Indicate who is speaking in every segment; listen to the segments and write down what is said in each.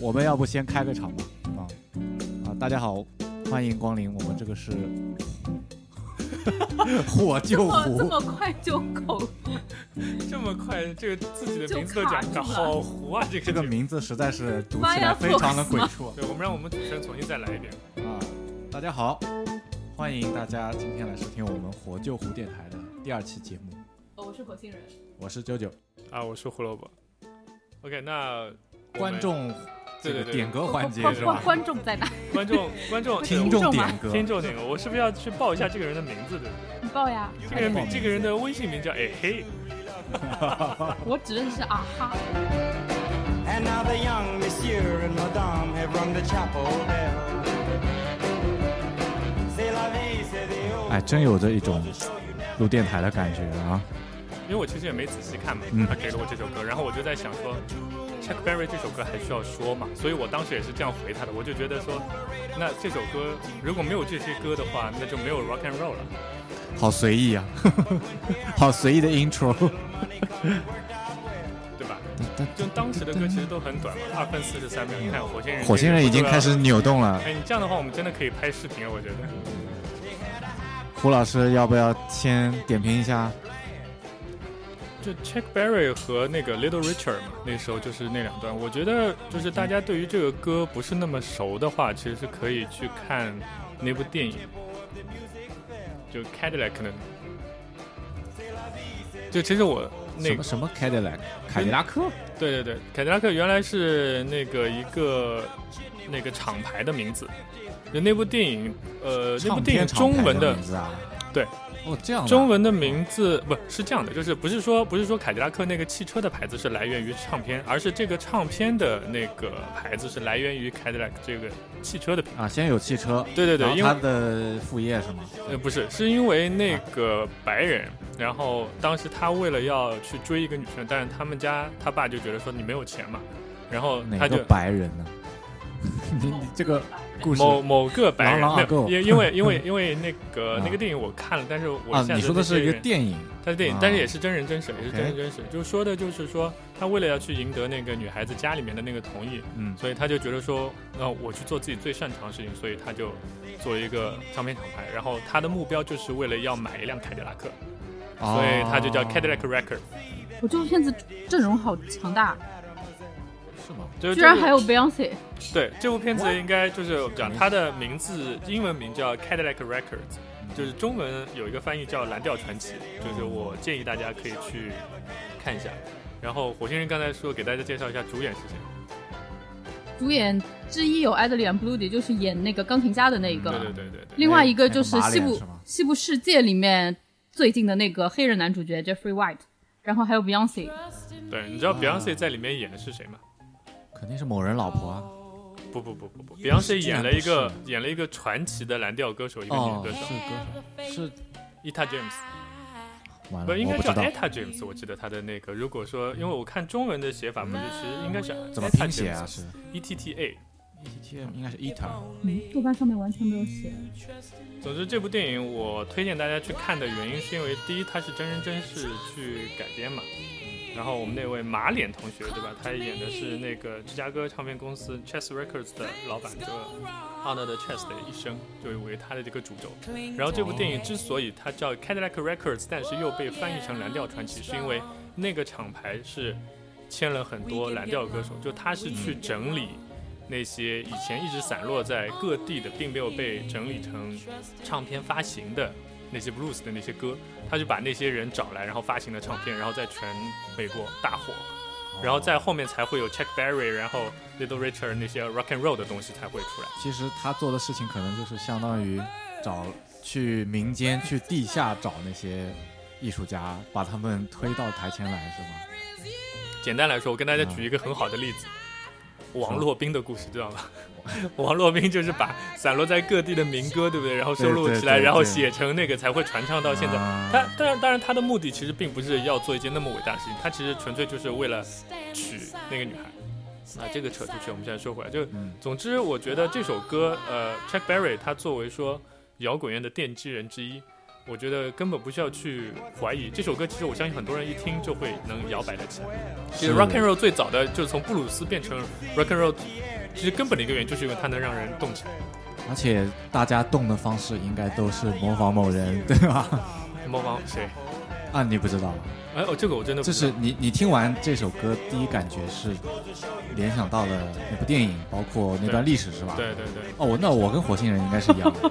Speaker 1: 我们要不先开个场吧？啊啊！大家好，欢迎光临，我们这个 是火
Speaker 2: 这
Speaker 1: 救
Speaker 2: 么这
Speaker 1: 湖，
Speaker 2: 么快就口
Speaker 3: 这么快，这个自己的
Speaker 2: 就
Speaker 3: 名字都
Speaker 2: 卡
Speaker 3: 讲不上，
Speaker 2: 住了
Speaker 3: 好糊啊！这个
Speaker 1: 这个
Speaker 3: 节目，
Speaker 1: 名字实在是读
Speaker 2: 妈
Speaker 1: 起来
Speaker 2: 呀
Speaker 1: 非常的鬼畜
Speaker 3: 对我们让我们主持人重新再来一遍。
Speaker 1: 啊！大家好，欢迎大家今天来收听我们火救湖电台的第二期节目，
Speaker 2: 哦，我是火星人，
Speaker 1: 我是九九，
Speaker 3: 啊，我是胡萝卜。OK，那我们
Speaker 1: 观众这
Speaker 3: 对
Speaker 1: 个
Speaker 3: 对对
Speaker 1: 点歌环节
Speaker 2: 观
Speaker 1: 是
Speaker 2: 观
Speaker 1: 吧？
Speaker 2: 观众在哪？
Speaker 3: 观众观众
Speaker 1: 听
Speaker 2: 众
Speaker 1: 众
Speaker 2: 嘛
Speaker 1: 点歌，
Speaker 3: 听众那个，我是不是要去报一下这个人的名字？对不对，
Speaker 2: 你报呀！
Speaker 3: 这个人名这个人的微信名叫哎嘿，
Speaker 2: 我只认识啊哈，
Speaker 4: And now the young monsieur and madame have rung the chapel bell. C'est la vie, c'est the old
Speaker 1: 哎，真有着一种
Speaker 4: show you never
Speaker 1: 录电台的感觉啊！
Speaker 3: 因为我其实也没仔细看嘛，
Speaker 1: 嗯
Speaker 3: 他给了我这首歌，然后我就在想说，Chuck Berry 这首歌还需要说嘛？所以我当时也是这样回他的，我就觉得说，那这首歌如果没有这些歌的话，那就没有 rock and roll 了。
Speaker 1: 好随意啊， 好随意的 intro。
Speaker 3: 对吧？
Speaker 1: 嗯
Speaker 3: 就当时的歌其实都很短嘛，二分四十三秒。你看火星人，
Speaker 1: 火星人已经开始。扭动了，
Speaker 3: 哎，你这样的话，我们真的可以拍视频了，我觉得。
Speaker 1: 胡老师要不要先点评一下？
Speaker 3: 就 Chuck Berry 和那个 Little Richard 嘛，那时候就是那两段。我觉得就是大家对于这个歌不是那么熟的话，其实是可以去看那部电影，就 Cadillac 可能。就其实我那
Speaker 1: 什
Speaker 3: 个
Speaker 1: 么什么 Cadillac 凯迪拉克？
Speaker 3: 对对对，凯迪拉克原来是那个一个那个厂牌的名字。就那部电影，呃，那部电影中文
Speaker 1: 的
Speaker 3: 的
Speaker 1: 名字啊？
Speaker 3: 对，
Speaker 1: 哦这样的啊
Speaker 3: 中文的名字不是这样的，就是不是说不是说凯迪拉克那个汽车的牌子是来源于唱片，而是这个唱片的那个牌子是来源于凯迪拉克这个汽车的品。
Speaker 1: 啊，先有汽车，
Speaker 3: 对
Speaker 1: 然
Speaker 3: 对对，
Speaker 1: 后
Speaker 3: 因
Speaker 1: 他
Speaker 3: 为
Speaker 1: 的副业是吗？
Speaker 3: 呃不是，是因为那个白人，然后当时他为了要去追一个女生，但是他们家他爸就觉得说你没有钱嘛，然后
Speaker 1: 哪
Speaker 3: 他就
Speaker 1: 个白人 呢？你你这个故事啊
Speaker 3: 某某个白人，
Speaker 1: 郎朗阿狗
Speaker 3: 没有因因为因 为因为那个、
Speaker 1: 啊
Speaker 3: 那个电影我看了，但是我
Speaker 1: 啊，
Speaker 3: 现在
Speaker 1: 你说的是一个电影
Speaker 3: 他的电影
Speaker 1: 啊，
Speaker 3: 但是也是真人真事，也是
Speaker 1: OK
Speaker 3: 真人真事，就说的就是说他为了要去赢得那个女孩子家里面的那个同意，
Speaker 1: 嗯
Speaker 3: 所以他就觉得说，那我去做自己最擅长的事情，所以他就做一个唱片厂牌，然后他的目标就是为了要买一辆凯迪拉克，
Speaker 1: 哦
Speaker 3: 所以他就叫 Cadillac Record，
Speaker 2: 我这部片子阵容好强大，
Speaker 1: 是吗？
Speaker 3: 就
Speaker 2: 居然
Speaker 3: 这部
Speaker 2: 还有 Beyonce，
Speaker 3: 对这部片子
Speaker 1: 嗯
Speaker 3: 应该就是我们讲它的名字，英文名叫 Cadillac Records，就是中文有一个翻译叫《蓝调传奇》，就是我建议大家可以去看一下。然后火星人刚才说给大家介绍一下主演是谁，
Speaker 1: 啊
Speaker 2: 主演之一有艾德里安·布鲁迪，就是演那个钢琴家的那一个，
Speaker 3: 对对对对对，
Speaker 2: 另外一个就是
Speaker 1: 那个
Speaker 2: 西
Speaker 1: 马
Speaker 2: 部
Speaker 1: 脸是吗
Speaker 2: 西部世界里面最近的那个黑人男主角 Jeffrey White，然后还有 Beyonce，
Speaker 1: 嗯
Speaker 3: 对，你知
Speaker 1: 啊
Speaker 3: 道 Beyonce 在里面演的是谁吗？
Speaker 1: 肯定是某人老婆啊。
Speaker 3: 不不不不不，Beyonce
Speaker 1: 竟然
Speaker 3: 演
Speaker 1: 不
Speaker 3: 了一个
Speaker 1: 是
Speaker 3: 演了一个传奇的蓝调歌手，一个女
Speaker 1: 哦，
Speaker 3: 歌手
Speaker 1: 是歌手，
Speaker 3: ，Etta James。
Speaker 1: 是完了，
Speaker 3: 不应
Speaker 1: 我
Speaker 3: 该
Speaker 1: 不
Speaker 3: 叫
Speaker 1: 知道
Speaker 3: Etta James，我记得他的那个，如果说，因为我看中文的写法不是，其实应该是
Speaker 1: 怎么
Speaker 3: Etta
Speaker 1: 拼写啊？
Speaker 3: James
Speaker 1: 是
Speaker 3: E T T A。
Speaker 1: ETTM 应该是 ETA。
Speaker 2: 嗯豆瓣上面完全没有写。
Speaker 3: 总之，这部电影我推荐大家去看的原因，是因为第一，它是真人真事去改编嘛。然后我们那位马脸同学，对吧？他演的是那个芝加哥唱片公司 Chess Records 的老板，这个 Honor 的 Chess 的一生，就是为他的这个主轴。然后这部电影之所以它叫 Cadillac Records，但是又被翻译成蓝调传奇，是因为那个厂牌是签了很多蓝调歌手，就他是去整理那些以前一直散落在各地的，并没有被整理成唱片发行的那些 blues 的那些歌，他就把那些人找来，然后发行了唱片，然后在全美国大火，
Speaker 1: 哦
Speaker 3: 然后在后面才会有 Chuck Berry，然后 Little Richard 那些 rock and roll 的东西才会出来。
Speaker 1: 其实他做的事情可能就是相当于找去民间、去地下找那些艺术家，把他们推到台前来，是吗？
Speaker 3: 简单来说，我跟大家举一个很好的例子，王洛宾的故事，知道吗？ 王洛宾就是把散落在各地的民歌，对不对？然后收录
Speaker 1: 对对
Speaker 3: 起来，
Speaker 1: 对
Speaker 3: 然后
Speaker 1: 对
Speaker 3: 写成那个才会传唱到现在。
Speaker 1: 啊
Speaker 3: 他当然，当然，他的目的其实并不是要做一件那么伟大的事情，他其实纯粹就是为了娶那个女孩。啊，这个扯出去，我们现在说回来，就、
Speaker 1: 嗯
Speaker 3: 总之，我觉得这首歌，呃，Chuck Berry 他作为说摇滚乐的奠基人之一，我觉得根本不需要去怀疑这首歌。其实我相信很多人一听就会能摇摆得起来。其实
Speaker 1: 是
Speaker 3: rock and roll 最早的就是从布鲁斯变成 rock and roll，其实根本的一个原因就是因为它能让人动起来，
Speaker 1: 而且大家动的方式应该都是模仿某人，对 吧？
Speaker 3: 模仿谁？
Speaker 1: 啊，你不知道，
Speaker 3: 哎，哦，这个我真的不
Speaker 1: 就
Speaker 3: 知
Speaker 1: 是
Speaker 3: 道
Speaker 1: 你你听完这首歌，第一感觉是联想到了那部电影，包括那段历史，是吧？。
Speaker 3: 对对对，
Speaker 1: 哦，我那我跟火星人应该是一样 的，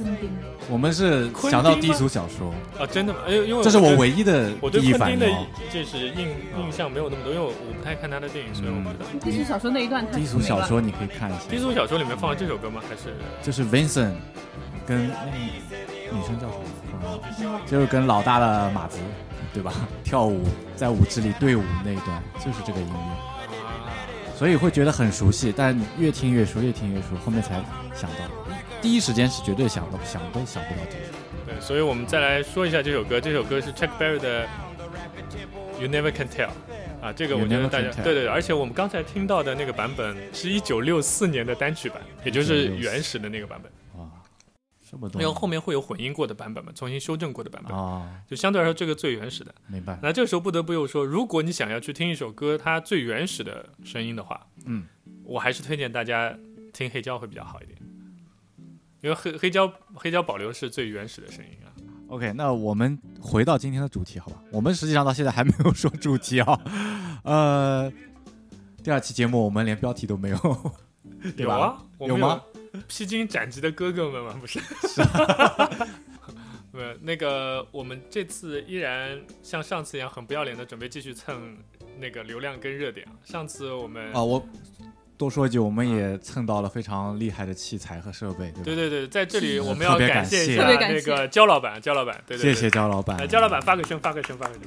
Speaker 2: 昆汀，
Speaker 1: 我们是想到低俗小说，
Speaker 3: 啊，真的吗？哎，因为
Speaker 1: 这是
Speaker 3: 觉
Speaker 1: 我
Speaker 3: 得
Speaker 1: 唯一的
Speaker 3: 我
Speaker 1: 第
Speaker 3: 对
Speaker 1: 一
Speaker 3: 昆
Speaker 1: 反
Speaker 3: 汀
Speaker 1: 应
Speaker 3: 的
Speaker 1: 哦。嗯
Speaker 3: 就是印印象没有那么多，因为我我不太看他的电影，所以我不知道。
Speaker 2: 低俗小说那一段太
Speaker 1: 低俗小说你可以看一下
Speaker 3: 低，俗小说里面放了这首歌吗？还是
Speaker 1: 就是 Vincent 跟那女生叫什么忘了？就是跟老大的马子，对吧？ 跳舞在舞池里队伍那一段，就是这个音乐。
Speaker 3: 啊
Speaker 1: 所以会觉得很熟悉，但你越听越熟，越听越熟，后面才想到，第一时间是绝对想到，想都想不到这个。
Speaker 3: 对，所以我们再来说一下这首歌。这首歌是 Chuck Berry 的《You Never Can Tell》啊，这个
Speaker 1: You
Speaker 3: 我觉得
Speaker 1: Never
Speaker 3: 大家
Speaker 1: Can Tell
Speaker 3: 对对，对而且我们刚才听到的那个版本是一九六四年的单曲版，也就是原始的那个版本，
Speaker 1: 啊，这么多
Speaker 3: 因为后面会有混音过的版本嘛，重新修正过的版本，
Speaker 1: 啊，
Speaker 3: 就相对来说这个最原始的。
Speaker 1: 明白。
Speaker 3: 那这时候不得不又说，如果你想要去听一首歌它最原始的声音的话，
Speaker 1: 嗯，
Speaker 3: 我还是推荐大家听黑胶会比较好一点，因为黑黑胶黑胶保留是最原始的声音啊。
Speaker 1: OK，那我们回到今天的主题，好吧？我们实际上到现在还没有说主题啊，呃，第二期节目我们连标题都没有，对
Speaker 3: 有
Speaker 1: 吧？
Speaker 3: 啊，我们
Speaker 1: 有吗？
Speaker 3: 披荆斩棘的哥哥们嘛，不是？
Speaker 1: 啊
Speaker 3: 没有，那个我们这次依然像上次一样很不要脸的准备继续蹭那个流量跟热点啊。上次我们、
Speaker 1: 啊，我多说一句，我们也蹭到了非常厉害的器材和设备，对吧？
Speaker 3: 对对对，在这里我们
Speaker 1: 特
Speaker 3: 要
Speaker 1: 别
Speaker 3: 感
Speaker 1: 感
Speaker 3: 谢一下
Speaker 2: 谢特别感
Speaker 3: 那
Speaker 2: 谢
Speaker 3: 个焦老板，焦老板，对对对
Speaker 1: 谢谢。焦老板
Speaker 3: 哎，，焦老板发个声，发个声，发个声。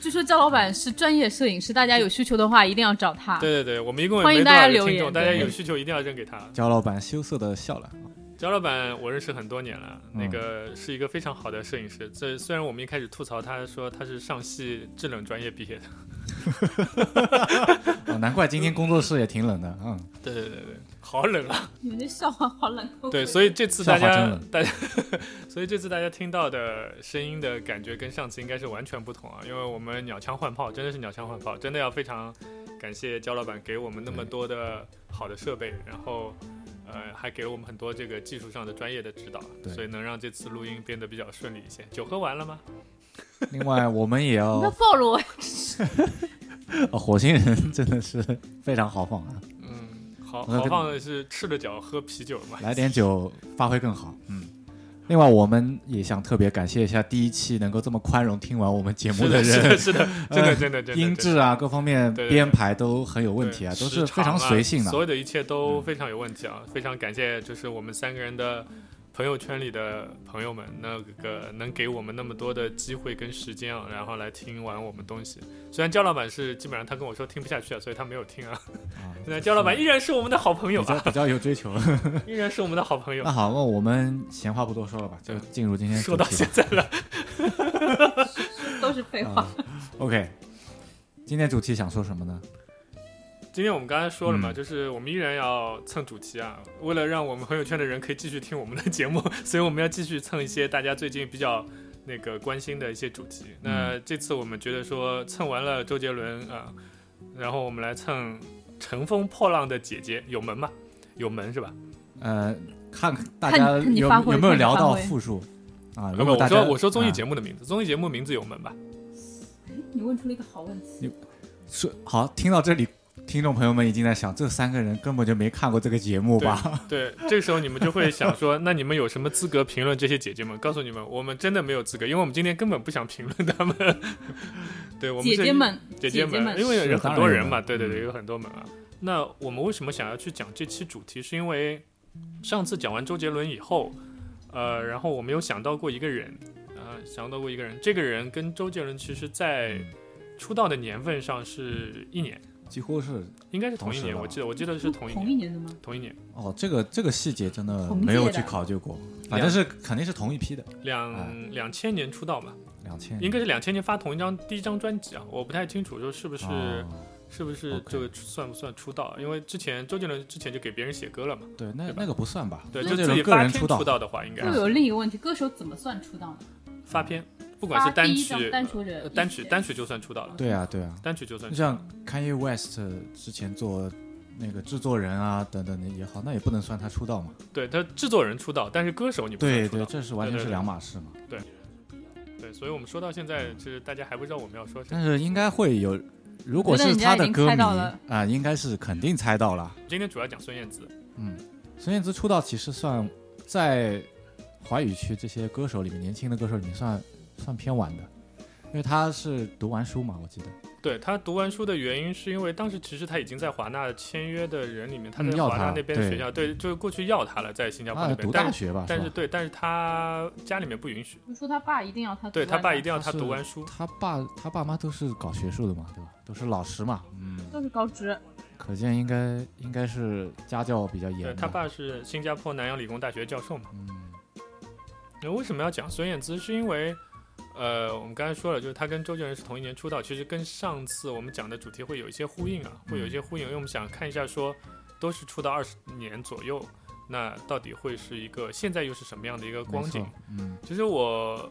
Speaker 2: 据说焦老板是专业摄影师，大家有需求的话一定要找他。
Speaker 3: 对对对，我们一共也
Speaker 2: 欢迎
Speaker 3: 没多
Speaker 2: 大家
Speaker 3: 少个
Speaker 2: 留
Speaker 3: 听众，
Speaker 2: 言
Speaker 3: 大家
Speaker 1: 对
Speaker 3: 有需求一定要扔给他。
Speaker 1: 焦老板羞涩的笑了，
Speaker 3: 焦老板，我认识很多年了，
Speaker 1: 嗯
Speaker 3: 那个是一个非常好的摄影师。这虽然我们一开始吐槽他说他是上戏制冷专业毕业的，
Speaker 1: 啊，难怪今天工作室也挺冷的，嗯。
Speaker 3: 对对对对， 好冷啊！
Speaker 2: 你们这笑话好冷 酷。
Speaker 3: 对，所以这次
Speaker 1: 笑
Speaker 3: 大
Speaker 1: 话真
Speaker 3: 家
Speaker 1: 冷
Speaker 3: 大家，所以这次大家听到的声音的感觉跟上次应该是完全不同啊，因为我们鸟枪换炮，真的是鸟枪换炮，真的要非常感谢焦老板给我们那么多的好的设备，然后呃还给了我们很多这个技术上的专业的指导，
Speaker 1: 对
Speaker 3: 所以能让这次录音变得比较顺利一些。酒喝完了吗？
Speaker 1: 另外，我们也要
Speaker 2: 你要暴露我，
Speaker 1: 呃火星人真的是非常豪放啊，
Speaker 3: 嗯，好
Speaker 1: 我要
Speaker 3: 好
Speaker 1: 跟
Speaker 3: 放的是赤着脚喝啤酒嘛，
Speaker 1: 来 点酒发挥更好。嗯，另外我们也想特别感谢一下第一期能够这么宽容听完我们节目
Speaker 3: 是的，是的，
Speaker 1: 人，
Speaker 3: 是的，真的，真的，真的真
Speaker 1: 呃
Speaker 3: 的，
Speaker 1: 音质啊各方面
Speaker 3: 对对对
Speaker 1: 编排都很有问题啊，
Speaker 3: 对
Speaker 1: 都
Speaker 3: 时
Speaker 1: 是
Speaker 3: 长
Speaker 1: 非常
Speaker 3: 啊
Speaker 1: 随性的嗯
Speaker 3: 所。有的一切都非常有问题啊！非常感谢，就是我们三个人的朋友圈里的朋友们，那个能给我们那么多的机会跟时间啊，然后来听完我们东西。虽然焦老板是基本上他跟我说听不下去啊，所以他没有听啊。
Speaker 1: 啊
Speaker 3: 那焦老板依然是我们的好朋友
Speaker 1: 比较
Speaker 3: 啊，
Speaker 1: 比较有追求。
Speaker 3: 依然 是我们的好朋友
Speaker 1: 那。好，那我们闲话不多说了吧，就进入今天的
Speaker 3: 说
Speaker 1: 主
Speaker 3: 到
Speaker 1: 题
Speaker 3: 现
Speaker 1: 吧。
Speaker 3: 在了，
Speaker 2: 都是废话。
Speaker 1: 啊，OK，今天主题想说什么呢？
Speaker 3: 今天我们刚才说了嘛，
Speaker 1: 嗯
Speaker 3: 就是我们依然要蹭主题啊。为了让我们朋友圈的人可以继续听我们的节目， 所以我们要继续蹭一些大家最近比较那个关心的一些主题。那这次我们觉得说蹭完了周杰伦啊、然后我们来蹭乘风破浪的姐姐有门吗？有门是吧？
Speaker 1: 呃，看大
Speaker 2: 看
Speaker 1: 家
Speaker 2: 看你
Speaker 1: 有
Speaker 2: 发挥
Speaker 1: 有没有
Speaker 2: 看你
Speaker 1: 聊
Speaker 2: 发
Speaker 1: 到
Speaker 2: 挥
Speaker 1: 复数啊？
Speaker 3: 不
Speaker 1: 如
Speaker 3: 呃不，
Speaker 1: 果
Speaker 3: 我
Speaker 1: 大
Speaker 3: 说
Speaker 1: 家
Speaker 3: 我说综艺
Speaker 1: 啊
Speaker 3: 节目的名字，综艺节目名字有门吧？
Speaker 2: 你问出了一个好问题。
Speaker 1: 说好，听到这里，听众朋友们已经在想，这三个人根本就没看过这个节目吧？
Speaker 3: 对，这个时候你们就会想说，那你们有什么资格评论这些姐姐们？告诉你们，我们真的没有资格，因为我们今天根本不想评论她们。 对，我们
Speaker 2: 姐
Speaker 3: 是
Speaker 2: 姐们，
Speaker 3: 姐姐
Speaker 2: 姐
Speaker 3: 们，
Speaker 2: 们
Speaker 3: 因为
Speaker 1: 是
Speaker 3: 有很多人嘛，
Speaker 1: 当
Speaker 3: 对
Speaker 1: 然有嗯
Speaker 3: 对对，有很多门啊。那我们为什么想要去讲这期主题？是因为上次讲完周杰伦以后，呃，然后我们有想到过一个人，呃，想到过一个人，这个人跟周杰伦其实在出道的年份上是一年，
Speaker 1: 几乎是
Speaker 3: 应该是同一
Speaker 1: 同时
Speaker 3: 年，
Speaker 1: 吧
Speaker 3: 我记得我记得是同一
Speaker 2: 同
Speaker 3: 年，
Speaker 2: 年的吗？
Speaker 3: 同一年，
Speaker 1: 哦，这个这个细节真的
Speaker 2: 同届的
Speaker 1: 没有去考究过，反正是肯定是同一批的，啊
Speaker 3: 两两千年出道嘛，
Speaker 1: 两千
Speaker 3: 应该是两千年发同一张第一张专辑啊，我不太清楚，就是不是
Speaker 1: 哦
Speaker 3: 是不是
Speaker 1: OK
Speaker 3: 这个算不算出道？因为之前周杰伦之前就给别人写歌了嘛，
Speaker 1: 对，那
Speaker 3: 对吧
Speaker 1: 那个不算吧？
Speaker 3: 对，
Speaker 1: 周
Speaker 3: 就
Speaker 1: 杰
Speaker 3: 自
Speaker 1: 伦
Speaker 3: 己
Speaker 1: 个
Speaker 3: 发
Speaker 1: 人
Speaker 3: 片
Speaker 1: 出道，
Speaker 3: 出道的话，应该
Speaker 2: 又有另一个问题，歌手怎么算出道呢？
Speaker 3: 发片，不管
Speaker 2: 发
Speaker 3: 是单
Speaker 2: 第一
Speaker 3: 曲
Speaker 2: 张、单曲或者
Speaker 3: 呃单曲，单
Speaker 2: 曲
Speaker 3: 曲就算出道了，
Speaker 1: 对啊，对啊。
Speaker 3: 单曲就算
Speaker 1: 就
Speaker 3: 出道
Speaker 1: 像 Kanye West 之前做那个制作人啊等等的也好，那也不能算他出道嘛。
Speaker 3: 对他制作人出道，但是歌手你不算
Speaker 1: 对
Speaker 3: 出
Speaker 1: 对，
Speaker 3: 道。
Speaker 1: 这是完全
Speaker 3: 对对
Speaker 1: 是
Speaker 3: 对
Speaker 1: 两码事嘛。
Speaker 3: 对，所以我们说到现在，其实大家还不知道我们要说谁。
Speaker 1: 但是应该会有，如果是他的歌
Speaker 2: 我觉得人家已经猜
Speaker 1: 迷
Speaker 2: 到
Speaker 1: 啊
Speaker 2: 了、
Speaker 1: 应该是肯定猜到了。
Speaker 3: 今天主要讲孙燕姿，
Speaker 1: 嗯，孙燕姿出道其实算在华语区这些歌手里面，年轻的歌手里面算算偏晚的，因为她是读完书嘛，我记得。
Speaker 3: 对她读完书的原因是因为当时其实她已经在华纳签约的人里面，她在
Speaker 1: 嗯要
Speaker 3: 华纳
Speaker 1: 她
Speaker 3: 那边
Speaker 1: 对
Speaker 3: 学校，对，就是过去要她了，在新加坡
Speaker 1: 啊
Speaker 3: 那，边
Speaker 1: 读，大
Speaker 3: 但是
Speaker 1: 学吧，
Speaker 3: 但是
Speaker 1: 是吧？
Speaker 3: 对，但是她家里面不允许，
Speaker 2: 比如说他爸一定要他读完，
Speaker 3: 对她爸一定要她
Speaker 1: 她是
Speaker 3: 读完书，
Speaker 1: 他爸他爸妈都是搞学术的嘛，对吧？都是老师嘛，嗯。
Speaker 2: 都是高职，
Speaker 1: 可见应该应该是家教比较严的。
Speaker 3: 对她爸是新加坡南洋理工大学教授嘛。
Speaker 1: 嗯，
Speaker 3: 那为什么要讲孙燕姿？是因为，呃，我们刚才说了，就是她跟周杰伦是同一年出道，其实跟上次我们讲的主题会有一些呼应啊，会有一
Speaker 1: 嗯
Speaker 3: 些呼应，因为我们想看一下说，都是出道二十年左右，那到底会是一个现在又是什么样的一个光景
Speaker 1: 没？错，嗯，
Speaker 3: 其实我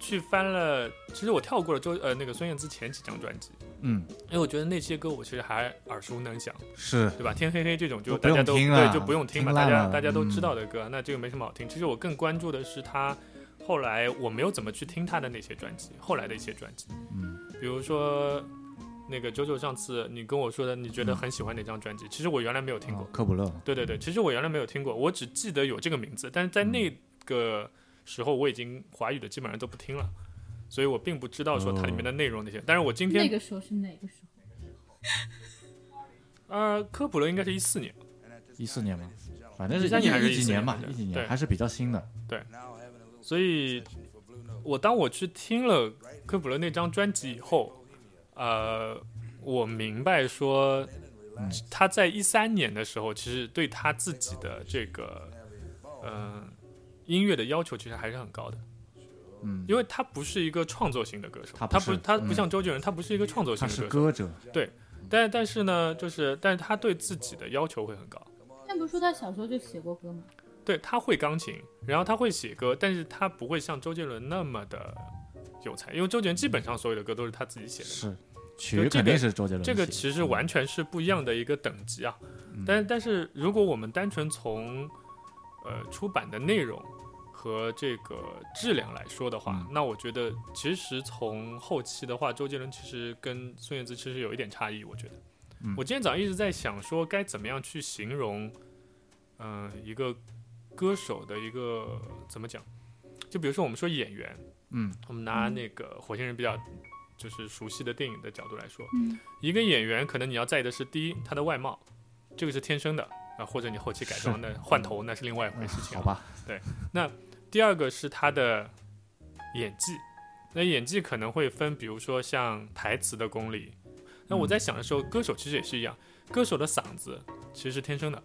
Speaker 3: 去翻了，其实我跳过了周呃那个孙燕姿前几张专辑，
Speaker 1: 嗯，
Speaker 3: 因为我觉得那些歌我其实还耳熟能详，
Speaker 1: 是
Speaker 3: 对吧？天黑黑这种就
Speaker 1: 就
Speaker 3: 大家都
Speaker 1: 不用听
Speaker 3: 对
Speaker 1: 了
Speaker 3: 就不用听嘛，
Speaker 1: 听
Speaker 3: 大
Speaker 1: 烂
Speaker 3: 家
Speaker 1: 了
Speaker 3: 大家都
Speaker 1: 嗯
Speaker 3: 知道的歌，那这个没什么好听。其实我更关注的是他后来我没有怎么去听他的那些专辑，后来的一些专辑，
Speaker 1: 嗯，
Speaker 3: 比如说那个九九上次你跟我说的，你觉得很喜欢哪张专辑？其实我原来没有听过
Speaker 1: 嗯哦，科普勒，
Speaker 3: 对对对，其实我原来没有听过，我只记得有这个名字，但是在
Speaker 1: 嗯
Speaker 3: 那个时候我已经华语的基本上都不听了。所以我并不知道说它
Speaker 1: 哦
Speaker 3: 里面的内容那些，但是我今
Speaker 2: 那
Speaker 3: 天
Speaker 2: 个时候是哪个时候？
Speaker 3: 呃科普了应该是一四年，
Speaker 1: 一四年吗？反正是
Speaker 3: 13年还是
Speaker 1: 一几
Speaker 3: 14
Speaker 1: 年嘛，
Speaker 3: 年
Speaker 1: 一几
Speaker 3: 对
Speaker 1: 年还是比较新的。
Speaker 3: 所以，我当我去听了科普勒那张专辑以后，呃，我明白说，他在一三年的时候，其实对他自己的这个，呃，音乐的要求其实还是很高的，
Speaker 1: 嗯，
Speaker 3: 因为他不是一个创作型的歌手，
Speaker 1: 他不
Speaker 3: 他不
Speaker 1: 是
Speaker 3: 他不
Speaker 1: 嗯
Speaker 3: 像周杰伦，他不是一个创作
Speaker 1: 他
Speaker 3: 型的
Speaker 1: 是
Speaker 3: 歌手，
Speaker 1: 歌者，
Speaker 3: 但但是呢，就是但是他对自己的要求会很高。
Speaker 2: 但不是说他小时候就写过歌吗？
Speaker 3: 对他会钢琴，然后他会写歌，但是他不会像周杰伦那么的有才，因为周杰伦基本上所有的歌都是他自己写的。
Speaker 1: 是
Speaker 3: 就
Speaker 1: 曲
Speaker 3: 这
Speaker 1: 肯
Speaker 3: 个
Speaker 1: 定是周杰伦嗯
Speaker 3: 这个
Speaker 1: 写
Speaker 3: 其实完全是不一样的一个等级啊，
Speaker 1: 嗯
Speaker 3: 但但是如果我们单纯从，呃出版的内容和这个质量来说的话，
Speaker 1: 嗯
Speaker 3: 那我觉得其实从后期的话，周杰伦其实跟孙燕姿其实有一点差异，我觉得。
Speaker 1: 嗯
Speaker 3: 我今天早上一直在想说该怎么样去形容，嗯、一个歌手的一个怎么讲？就比如说我们说演员，
Speaker 1: 嗯，
Speaker 3: 我们拿那个火星人比较就是熟悉的电影的角度来说，
Speaker 2: 嗯，
Speaker 3: 一个演员可能你要在意的是第一他的外貌，这个是天生的啊，或者你后期改装的换头那是另外一回
Speaker 1: 嗯
Speaker 3: 事情、
Speaker 1: 好。吧，
Speaker 3: 第二个是他的演技，那演技可能会分，比如说像台词的功力。那
Speaker 1: 嗯
Speaker 3: 我在想的时候，歌手其实也是一样，歌手的嗓子其实是天生的。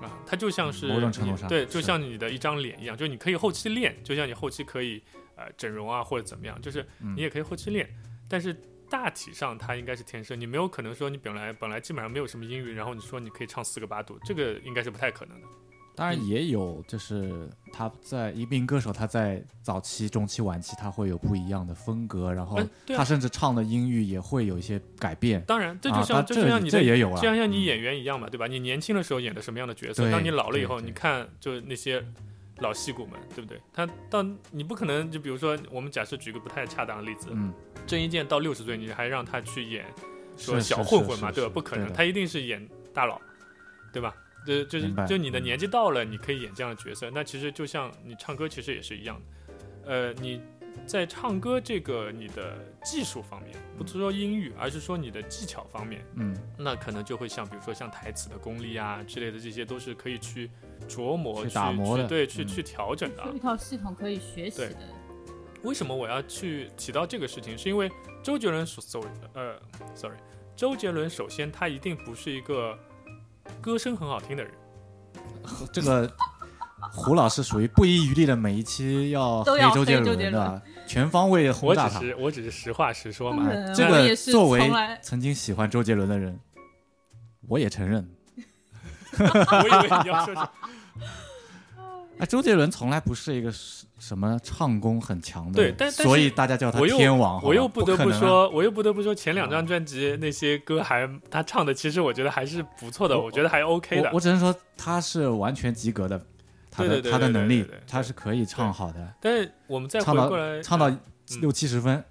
Speaker 3: 啊，它就像是
Speaker 1: 某种程度
Speaker 3: 你
Speaker 1: 上
Speaker 3: 对，就是像你的一张脸一样，就是你可以后期练，就像你后期可以呃整容啊或者怎么样，就是
Speaker 1: 嗯
Speaker 3: 你也可以后期练，但是大体上它应该是天生，你没有可能说你本来本来基本上没有什么英语，然后你说你可以唱四个八度，这个应该是不太可能
Speaker 1: 哦
Speaker 3: 的。
Speaker 1: 当然也有就是他在一名歌手他在早期、中期、晚期他会有不一样的风格，然后
Speaker 3: 哎对啊
Speaker 1: 他甚至唱的音域也会有一些改变。
Speaker 3: 当然，这
Speaker 1: 啊
Speaker 3: 就像、
Speaker 1: 那
Speaker 3: 这就像你的
Speaker 1: 这也有啊，
Speaker 3: 就像像你
Speaker 1: 嗯
Speaker 3: 演员一样嘛，对吧？你年轻的时候演的什么样的角色，
Speaker 1: 对
Speaker 3: 当你老了以后，
Speaker 1: 对对
Speaker 3: 你看就是那些老戏骨们，对不对？他到你不可能就比如说，我们假设举个不太恰当的例子，
Speaker 1: 嗯，
Speaker 3: 郑伊健到六十岁，你还让他去演说
Speaker 1: 是
Speaker 3: 小
Speaker 1: 是
Speaker 3: 混
Speaker 1: 是
Speaker 3: 混嘛，
Speaker 1: 是
Speaker 3: 对吧？
Speaker 1: 是
Speaker 3: 不可能，
Speaker 1: 对的
Speaker 3: 他一定是演大佬，对吧？就就是
Speaker 1: 明白嗯
Speaker 3: 就你的年纪到了，你可以演这样的角色。那其实就像你唱歌，其实也是一样的。呃，你在唱歌这个你的技术方面，不是说音域，而是说你的技巧方面，
Speaker 1: 嗯，
Speaker 3: 那可能就会像比如说像台词的功力啊之类的，这些都是可以去琢磨、
Speaker 1: 去打磨的
Speaker 3: 对，去
Speaker 1: 嗯
Speaker 3: 去调整的啊
Speaker 2: 是。一套系统可以学习的。
Speaker 3: 为什么我要去提到这个事情？是因为周杰伦首首呃，sorry，周杰伦首先他一定不是一个歌声很好听的人，
Speaker 1: 这个胡老师属于不遗余力的，每一期要
Speaker 2: 都要
Speaker 1: 周杰
Speaker 2: 黑周杰
Speaker 1: 伦的，全方位的轰
Speaker 3: 我
Speaker 1: 炸
Speaker 3: 只
Speaker 1: 他。哎
Speaker 3: 是我只是实话实说嘛
Speaker 2: 当。然
Speaker 1: 这
Speaker 2: 嗯我们
Speaker 1: 个
Speaker 2: 也是
Speaker 1: 作为
Speaker 2: 从来
Speaker 1: 曾经喜欢周杰伦的人，我也承认。
Speaker 3: 我以为你要说是
Speaker 1: 哎，周杰伦从来不是一个什什么唱功很强的
Speaker 3: 对
Speaker 1: 人，
Speaker 3: 但但是
Speaker 1: 所以大家叫他
Speaker 3: 我又
Speaker 1: 天王。好吧
Speaker 3: 我又不得
Speaker 1: 不
Speaker 3: 不
Speaker 1: 可能啊，
Speaker 3: 说，我又不得不说，前两张专辑那些歌还他唱的，其实我觉得还是不错的，
Speaker 1: 我
Speaker 3: 我觉得还 OK
Speaker 1: 我
Speaker 3: 的
Speaker 1: 我。只能说他是完全及格的，他
Speaker 3: 对
Speaker 1: 的
Speaker 3: 对对
Speaker 1: 他的
Speaker 3: 对对
Speaker 1: 能
Speaker 3: 对
Speaker 1: 力
Speaker 3: 对对，
Speaker 1: 他是可以唱好的，
Speaker 3: 但是我们再回
Speaker 1: 唱
Speaker 3: 过来
Speaker 1: 到唱到
Speaker 3: 嗯
Speaker 1: 六七十分，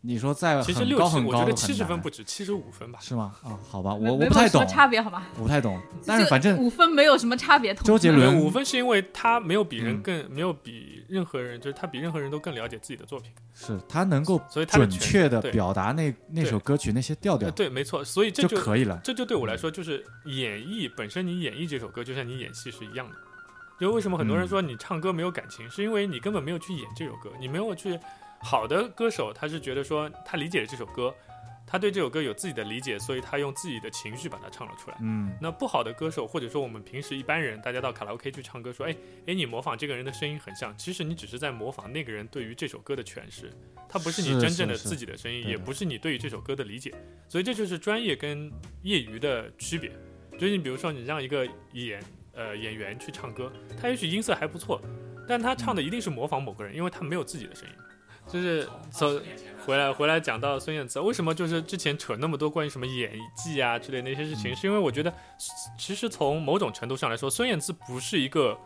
Speaker 1: 你说再
Speaker 3: 其实
Speaker 1: 很
Speaker 3: 六
Speaker 1: 高
Speaker 3: 七，
Speaker 1: 很
Speaker 3: 我
Speaker 1: 高
Speaker 3: 觉
Speaker 1: 都很
Speaker 3: 得七十
Speaker 1: 难啊
Speaker 3: 分不止，七十五分吧。
Speaker 1: 是吗？啊，好吧，
Speaker 2: 没
Speaker 1: 我我
Speaker 2: 没
Speaker 1: 不
Speaker 2: 有
Speaker 1: 太
Speaker 2: 什么
Speaker 1: 懂，
Speaker 2: 差别好吧？
Speaker 1: 我不太懂，但是
Speaker 2: 就
Speaker 1: 反正
Speaker 2: 五分没有什么差别。同
Speaker 1: 周杰
Speaker 2: 志们
Speaker 1: 伦
Speaker 3: 对五分是因为他没有比
Speaker 1: 嗯
Speaker 3: 人更，没有比任何人，就是他比任何人都更了解自己的作品。
Speaker 1: 是他能够
Speaker 3: 所以他的
Speaker 1: 准
Speaker 3: 全
Speaker 1: 确的
Speaker 3: 对
Speaker 1: 表达那那首歌曲那些调调
Speaker 3: 呃对，没错，所以这
Speaker 1: 就
Speaker 3: 就
Speaker 1: 可以了。
Speaker 3: 这就对我来说就是演绎本身，你演绎这首歌就像你演戏是一样的。就为什么很
Speaker 1: 嗯
Speaker 3: 多人说你唱歌没有感情，是因为你根本没有去演这首歌，你没有去。好的歌手他是觉得说他理解了这首歌，他对这首歌有自己的理解，所以他用自己的情绪把它唱了出来。
Speaker 1: 嗯，
Speaker 3: 那不好的歌手，或者说我们平时一般人，大家到卡拉 OK 去唱歌，说，哎，哎，你模仿这个人的声音很像，其实你只是在模仿那个人对于这首歌的诠释，它不是你
Speaker 1: 是
Speaker 3: 真
Speaker 1: 是
Speaker 3: 正的
Speaker 1: 是
Speaker 3: 自己的声音，
Speaker 1: 对
Speaker 3: 也
Speaker 1: 的
Speaker 3: 不是你对于这首歌的理解，所以这就是专业跟业余的区别。就是你比如说，你让一个演呃演员去唱歌，他也许音色还不错，但他唱的
Speaker 1: 嗯
Speaker 3: 一定是模仿某个人，因为他没有自己的声音。就是从回来回来讲到孙燕姿，为什么就是之前扯那么多关于什么演技啊之类的那些事
Speaker 1: 嗯
Speaker 3: 情，是因为我觉得其实从某种程度上来说，孙燕姿不是一个，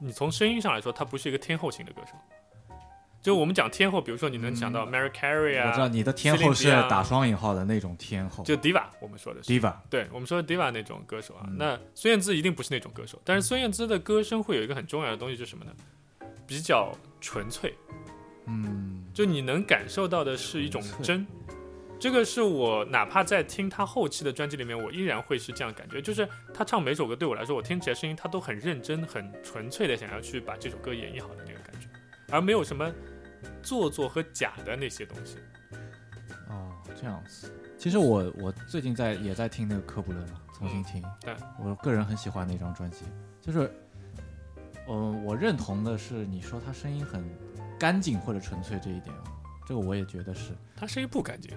Speaker 3: 你从声音上来说，她不是一个天后型的歌手。就我们讲天后，比如说你能想到 Mary Carey
Speaker 1: 嗯我知道
Speaker 3: 啊，
Speaker 1: 你的天后是
Speaker 3: Celine Dion
Speaker 1: 打双引号的那种天后
Speaker 3: 就 Diva，我们说的是。
Speaker 1: ，diva。
Speaker 3: 对我们说 diva 那种歌手啊，那孙燕姿一定不是那种歌手，但是孙燕姿的歌声会有一个很重要的东西，就是什么呢？比较纯粹，嗯，就你能感受到的是一种
Speaker 1: 纯粹
Speaker 3: 真，这个是我哪怕在听她后期的专辑里面，我依然会是这样感觉，就是她唱每首歌对我来说，我听起来声音她都很认真、很纯粹的想要去把这首歌演绎好的那个感觉，而没有什么做作和假的那些东西。
Speaker 1: 哦，这样子。其实我我最近在也在听那个科普勒嘛，重新听。
Speaker 3: 嗯对
Speaker 1: 我个人很喜欢那张专辑，就是，呃，我认同的是你说他声音很干净或者纯粹这一点啊，这个我也觉得是。
Speaker 3: 她声音不干净。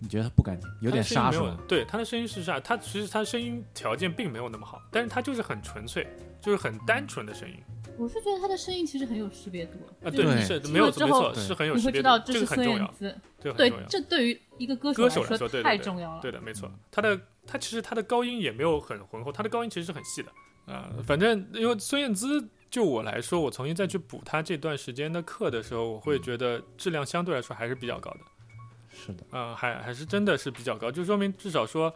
Speaker 1: 你觉得他不干净，有点
Speaker 3: 他
Speaker 1: 杀
Speaker 3: 的声音没
Speaker 1: 手
Speaker 3: 有。对，他的声音是啥？他其实他声音条件并没有那么好，但是他就是很纯粹，就是很单纯的声音
Speaker 2: 我是觉得他的声音其实很有识别度，
Speaker 3: 啊。
Speaker 2: 就是
Speaker 1: 对
Speaker 3: 是
Speaker 2: 听
Speaker 3: 没有
Speaker 2: 了之
Speaker 3: 没错，
Speaker 2: 后
Speaker 3: 是很有
Speaker 2: 你
Speaker 3: 识
Speaker 2: 会
Speaker 3: 别
Speaker 2: 知
Speaker 3: 度
Speaker 2: 道，这
Speaker 3: 这
Speaker 2: 是
Speaker 3: 个很
Speaker 2: 孙
Speaker 3: 重
Speaker 2: 燕
Speaker 3: 要，
Speaker 2: 姿。
Speaker 3: 这个很
Speaker 2: 对
Speaker 3: 重，要。
Speaker 2: 这对于一个歌
Speaker 3: 歌手来
Speaker 2: 来
Speaker 3: 说，对对
Speaker 2: 太
Speaker 3: 对
Speaker 2: 重要了。
Speaker 3: 对的，没错，他的他其实他的高音也没有很浑厚，他的高音其实是很细的。啊、反正因为孙燕姿，就我来说，我重新再去补她这段时间的课的时候，我
Speaker 1: 嗯
Speaker 3: 会觉得质量相对来说还是比较高的。
Speaker 1: 是的，
Speaker 3: 嗯，还还是真的是比较高，就说明至少说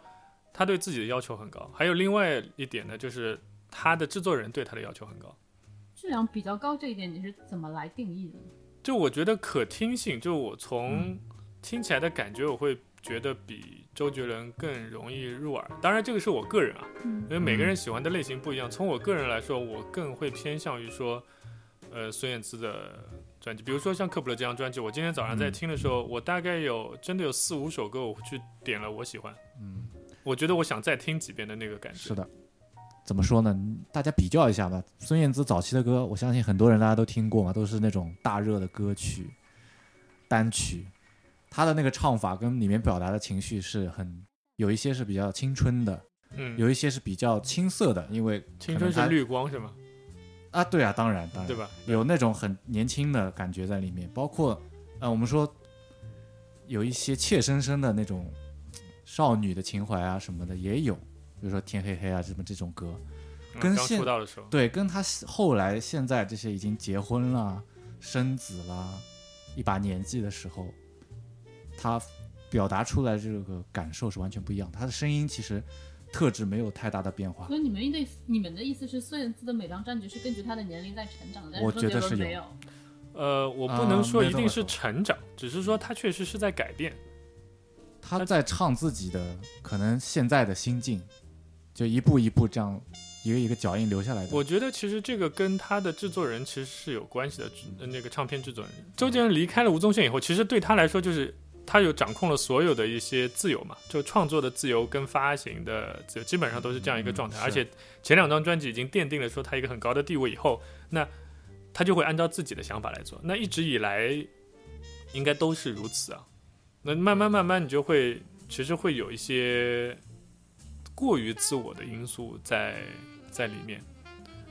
Speaker 3: 他对自己的要求很高。还有另外一点呢，就是他的制作人对他的要求很高。
Speaker 2: 质量比较高这一点，你是怎么来定义的？
Speaker 3: 就我觉得可听性，就我从听起来的感觉，我会觉得比周杰伦更容易入耳。当然，这个是我个人啊，
Speaker 2: 嗯
Speaker 3: 因为每个人喜欢的类型不一样。从我个人来说，我更会偏向于说，呃，孙燕姿的专辑，比如说像克卜勒这张专辑，我今天早上在听的时候，我大概有真的有四五首歌，我去点了我喜欢，
Speaker 1: 嗯，
Speaker 3: 我觉得我想再听几遍的那个感觉
Speaker 1: 是。的。怎么说呢？嗯大家比较一下吧。孙燕姿早期的歌，我相信很多人大家都听过嘛，都是那种大热的歌曲、单曲。她的那个唱法跟里面表达的情绪是很，有一些是比较青春的，
Speaker 3: 嗯，
Speaker 1: 有一些是比较青涩的，因为
Speaker 3: 青春
Speaker 1: 可
Speaker 3: 是
Speaker 1: 能
Speaker 3: 绿光是吗？
Speaker 1: 它啊，对啊，当然当然，
Speaker 3: 对吧？
Speaker 1: 有那种很年轻的感觉在里面，包括呃，我们说有一些怯生生的那种嘖少女的情怀啊什么的也有，比如说《天黑黑》啊什么这种歌，
Speaker 3: 嗯
Speaker 1: 跟
Speaker 3: 刚
Speaker 1: 现
Speaker 3: 出道的时候，
Speaker 1: 对，跟她后来现在这些已经结婚啦、生子啦、一把年纪的时候，她表达出来这个感受是完全不一样的，她的声音其实特质没有太大的变化
Speaker 2: 所，以你们对你们的意思是，孙燕姿的每张专辑是根据她的年龄在成长，但
Speaker 1: 我
Speaker 2: 是周杰
Speaker 1: 觉得
Speaker 2: 伦
Speaker 1: 是有
Speaker 2: 没有。
Speaker 3: 呃，我不
Speaker 1: 啊
Speaker 3: 能说
Speaker 1: 没
Speaker 3: 一
Speaker 1: 这
Speaker 3: 定
Speaker 1: 么
Speaker 3: 是
Speaker 1: 说
Speaker 3: 成长，只是说他确实是在改变。
Speaker 1: 他在唱自己的可能现在的心境，就一步一步这样一个一个脚印留下来的。
Speaker 3: 我觉得其实这个跟他的制作人其实是有关系的，制呃那个唱片制作人周杰伦离开了吴宗宪以后，其实对他来说就是他有掌控了所有的一些自由嘛，就创作的自由跟发行的自由，基本上都是这样一个状态。
Speaker 1: 嗯是
Speaker 3: 而且前两张专辑已经奠定了说他一个很高的地位以后，那他就会按照自己的想法来做。那一直以来应该都是如此啊。那慢慢慢慢，你就会其实会有一些过于自我的因素在在里面。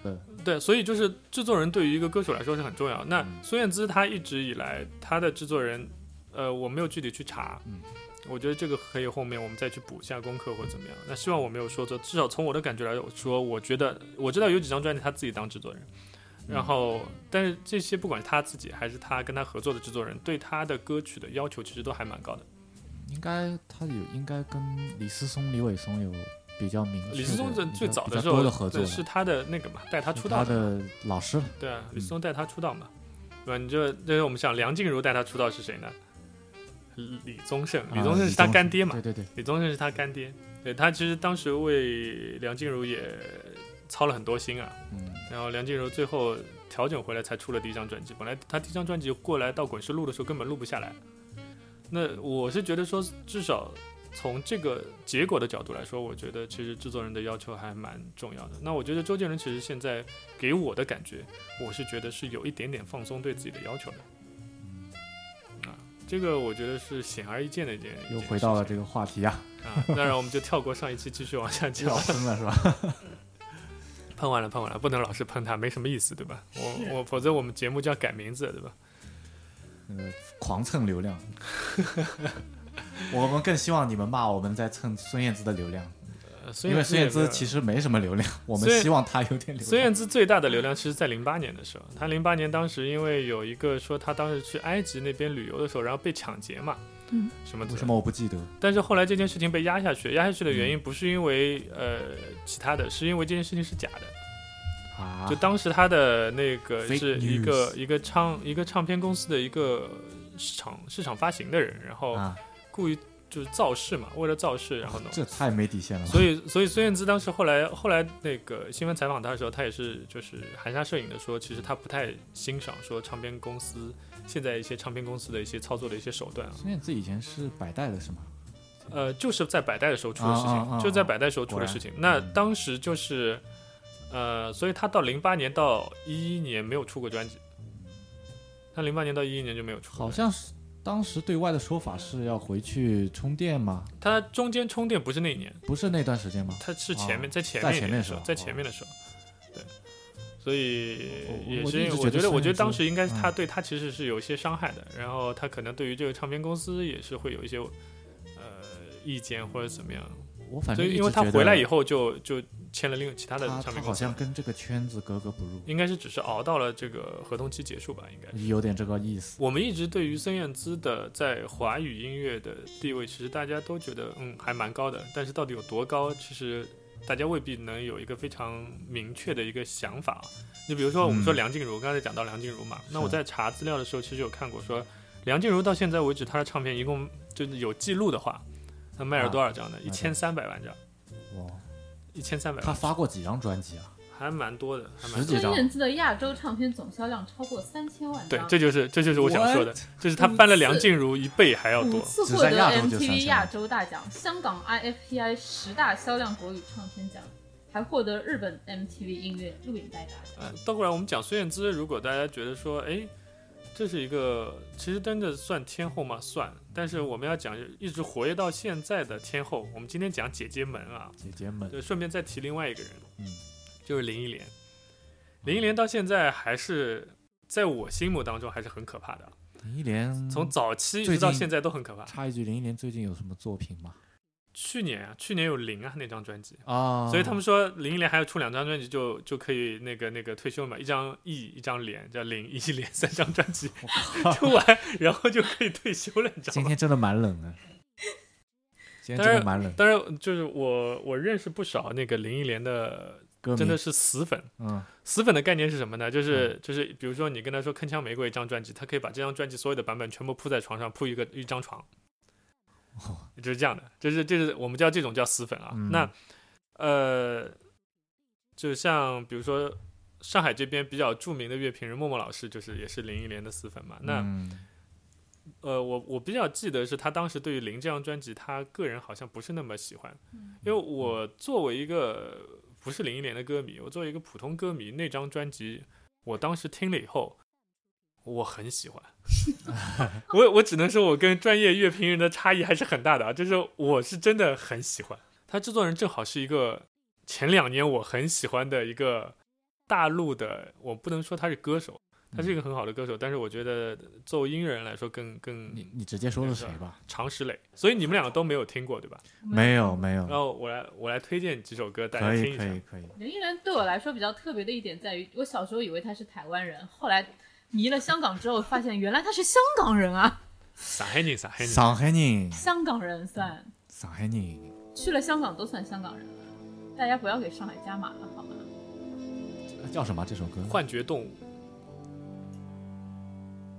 Speaker 1: 对
Speaker 3: 对，所以就是制作人对于一个歌手来说是很重要。那孙燕姿她一直以来她的制作人，呃，我没有具体去查，
Speaker 1: 嗯
Speaker 3: 我觉得这个可以后面我们再去补一下功课或者怎么样。那希望我没有说错，至少从我的感觉来说，我觉得我知道有几张专辑她自己当制作人，然后但是这些不管是她自己还是她跟她合作的制作人，对她的歌曲的要求其实都还蛮高的。
Speaker 1: 应该他有应该跟李思松、李伟松有比较明确的
Speaker 3: 李思松最
Speaker 1: 比较
Speaker 3: 最早
Speaker 1: 比较
Speaker 3: 时候
Speaker 1: 多的合作
Speaker 3: 对是他的那个嘛，带他
Speaker 1: 是
Speaker 3: 出道
Speaker 1: 他
Speaker 3: 的嘛，
Speaker 1: 的老师了，
Speaker 3: 对啊，
Speaker 1: 嗯
Speaker 3: 李思松带他出道嘛，对吧？你这这是我们想梁静茹带他出道是谁呢？李李宗盛，李
Speaker 1: 啊
Speaker 3: 宗盛是他干爹嘛，
Speaker 1: 对对对，
Speaker 3: 李宗盛是他干爹，对他其实当时为梁静茹也操了很多心啊，
Speaker 1: 嗯，
Speaker 3: 然后梁静茹最后调整回来才出了第一张专辑。本来她第一张专辑过来到滚石录的时候根本录不下来。那我是觉得说，至少从这个结果的角度来说，我觉得其实制作人的要求还蛮重要的。那我觉得周杰伦其实现在给我的感觉，我是觉得是有一点点放松对自己的要求的。
Speaker 1: 嗯
Speaker 3: 啊，这个我觉得是显而易见的一件。
Speaker 1: 又回到了
Speaker 3: 个
Speaker 1: 这个话题啊，
Speaker 3: 啊， 当然我们就跳过上一期，继续往下讲
Speaker 1: 老。生了是吧？
Speaker 3: 喷完了，喷完了，不能老是喷他，没什么意思，对吧？我我否则我们节目就要改名字，对吧？
Speaker 1: 那个嗯狂蹭流量，我们更希望你们骂我们在蹭孙燕姿的流量，
Speaker 3: 呃孙
Speaker 1: 因为孙燕姿其
Speaker 3: 实
Speaker 1: 实没什么流量，我
Speaker 3: 孙
Speaker 1: 们
Speaker 3: 燕
Speaker 1: 希望她有点流
Speaker 3: 孙
Speaker 1: 量
Speaker 3: 燕。姿最大的流量其实在零八年的时候，她零八年当时因为有一个说她当时去埃及那边旅游的时候，然后被抢劫嘛，
Speaker 2: 嗯，
Speaker 3: 什么
Speaker 1: 为什么我嗯不记得？
Speaker 3: 但是后来这件事情被压下去，压下去的原因不是因为、呃其他的，是因为这件事情是假的。
Speaker 1: 啊
Speaker 3: 就当时他的那个
Speaker 1: Fake
Speaker 3: 是一个
Speaker 1: news
Speaker 3: 一个唱一个唱片公司的一个市场市场发行的人，然后
Speaker 1: 啊，
Speaker 3: 故意就是造势嘛，为了造势然后弄。
Speaker 1: 这太没底线了吧。
Speaker 3: 所以，所以孙燕姿当时后来后来那个新闻采访她的时候，她也是就是含沙射影的说，其实她不太欣赏说唱片公司现在一些唱片公司的一些操作的一些手段啊，
Speaker 1: 孙燕姿以前是百代的是吗？
Speaker 3: 呃，就是在百代的时候出的事情，
Speaker 1: 啊啊啊啊
Speaker 3: 就在百代时候出
Speaker 1: 果
Speaker 3: 的
Speaker 1: 然
Speaker 3: 事情。那
Speaker 1: 嗯
Speaker 3: 当时就是，呃，所以她到零八年到一一年没有出过专辑，她零八年到一一年就没有出过
Speaker 1: 好
Speaker 3: 专辑，
Speaker 1: 像是当时对外的说法是要回去充电吗？
Speaker 3: 她中间充电不是那一年，
Speaker 1: 不是那段时间吗？
Speaker 3: 她是前面、
Speaker 1: 哦
Speaker 3: 在前
Speaker 1: 在
Speaker 3: 面一
Speaker 1: 前
Speaker 3: 点
Speaker 1: 面
Speaker 3: 的
Speaker 1: 是
Speaker 3: 时候，
Speaker 1: 吧哦
Speaker 3: 在前面的时候，对，所以
Speaker 1: 我
Speaker 3: 也
Speaker 1: 我
Speaker 3: 是
Speaker 1: 一
Speaker 3: 因为
Speaker 1: 直
Speaker 3: 我
Speaker 1: 觉
Speaker 3: 觉
Speaker 1: 得
Speaker 3: 得，我
Speaker 1: 孙
Speaker 3: 觉
Speaker 1: 燕
Speaker 3: 得当
Speaker 1: 姿
Speaker 3: 时应该是她
Speaker 1: 嗯
Speaker 3: 对她其实是有一些伤害的，然后她可能对于这个唱片公司也是会有一些呃意见或者怎么样，
Speaker 1: 我反
Speaker 3: 所
Speaker 1: 正
Speaker 3: 以因为她
Speaker 1: 他
Speaker 3: 回来以，后就就签了另其他的
Speaker 1: 他
Speaker 3: 唱
Speaker 1: 他
Speaker 3: 片
Speaker 1: 好
Speaker 3: 公司
Speaker 1: 像。跟这个圈子格格不入，
Speaker 3: 应该是只是熬到了这个合同期结束吧，应该。
Speaker 1: 有点这个意思。
Speaker 3: 我们一直对于孙燕姿的在华语音乐的地位，其实大家都觉得嗯还蛮高的，但是到底有多高，其实大家未必能有一个非常明确的一个想法。你比如说，我们说
Speaker 1: 嗯
Speaker 3: 梁静茹，刚才讲到梁静茹嘛，那我
Speaker 1: 是
Speaker 3: 在查资料的时候，其实有看过说，梁静茹到现在为止，她的唱片一共就是有记录的话，她卖
Speaker 1: 啊
Speaker 3: 了多少张呢？一
Speaker 1: 那
Speaker 3: 千三百万张，
Speaker 1: 哇，
Speaker 3: 一千三百
Speaker 1: 他
Speaker 3: 万，
Speaker 1: 发过几张专辑啊？
Speaker 3: 还蛮多的，还蛮
Speaker 1: 十
Speaker 3: 多的。
Speaker 1: 几张
Speaker 2: 孙。燕姿的亚洲唱片总销量超过三千万
Speaker 3: 对
Speaker 2: 张，，
Speaker 3: 这就是这就是我想说的
Speaker 1: What？，
Speaker 3: 就是她翻了梁静茹一倍还要
Speaker 2: 五
Speaker 3: 多。
Speaker 2: 次
Speaker 1: 只
Speaker 2: 获
Speaker 1: 在
Speaker 2: 得
Speaker 1: 亚洲就3000
Speaker 2: MTV 亚洲大奖、香港 IFPI 十大销量国语唱片奖，还获得日本 MTV 音乐录影带大奖。
Speaker 3: 呃，倒过来我们讲孙燕姿，如果大家觉得说，哎，这是一个其实真的算天后吗？算，但是我们要讲一直活跃到现在的天后，我们今天讲姐姐们啊，
Speaker 1: 姐姐们，
Speaker 3: 就顺便再提另外一个人，
Speaker 1: 嗯，
Speaker 3: 就是林忆莲。林忆莲到现在还是在我心目当中还是很可怕的，
Speaker 1: 林忆莲
Speaker 3: 从早期一直
Speaker 1: 最
Speaker 3: 到
Speaker 1: 近
Speaker 3: 现在都很可怕。
Speaker 1: 插一句，林忆莲最近有什么作品吗？
Speaker 3: 去年啊，去年有零啊那张专辑，
Speaker 1: 啊，
Speaker 3: 所以他们说林忆莲还要出两张专辑就就可以那个那个退休嘛，一张忆一张脸叫林忆莲三张专辑出完，然后就可以退休了，你知
Speaker 1: 今
Speaker 3: 道吗？
Speaker 1: 天真的蛮冷 的，今天
Speaker 3: 当
Speaker 1: 真的
Speaker 3: 然
Speaker 1: 蛮冷，
Speaker 3: 当然就是我我认识不少那个林忆莲的，
Speaker 1: 歌迷
Speaker 3: 真的是死粉。
Speaker 1: 嗯，
Speaker 3: 死粉的概念是什么呢？就是就是比如说你跟他说《铿锵玫瑰》一张专辑，他可以把这张专辑所有的版本全部铺在床上，铺一个一张床。
Speaker 1: 哦
Speaker 3: 就是这样的，就是就是我们叫这种叫死粉啊。
Speaker 1: 嗯
Speaker 3: 那呃，就像比如说上海这边比较著名的乐评人默默老师，就是也是林忆莲的死粉嘛。那
Speaker 1: 嗯
Speaker 3: 呃，我我比较记得是他当时对于《零》这张专辑，他个人好像不是那么喜欢，因为我作为一个不是林忆莲的歌迷，我作为一个普通歌迷，那张专辑我当时听了以后，我很喜欢。 我我只能说，我跟专业乐评人的差异还是很大的啊，就是我是真的很喜欢。他制作人正好是一个前两年我很喜欢的一个大陆的，我不能说他是歌手，他是一个很好的歌手，但是我觉得作为音乐人来说更更
Speaker 1: 你你直接说是谁吧？
Speaker 3: 常石磊，所以你们两个都没有听过对吧？
Speaker 1: 没有没有
Speaker 3: 然，后我来我来推荐几首歌，大家
Speaker 1: 嗯可
Speaker 3: 听
Speaker 1: 以
Speaker 3: 一
Speaker 1: 可以
Speaker 3: 下。
Speaker 1: 可以，
Speaker 2: 林忆莲对我来说比较特别的一点在于，我小时候以为她是台湾人，后来迷了香港之后，发现原来她是香港人啊，
Speaker 3: 撒黑你，撒黑你，
Speaker 1: 上海人，
Speaker 2: 香港人算
Speaker 1: 上海人，
Speaker 2: 去了香港都算香港人了，大家不要给上海加码了好吗？
Speaker 1: 这叫什么这首歌？
Speaker 3: 幻觉动物。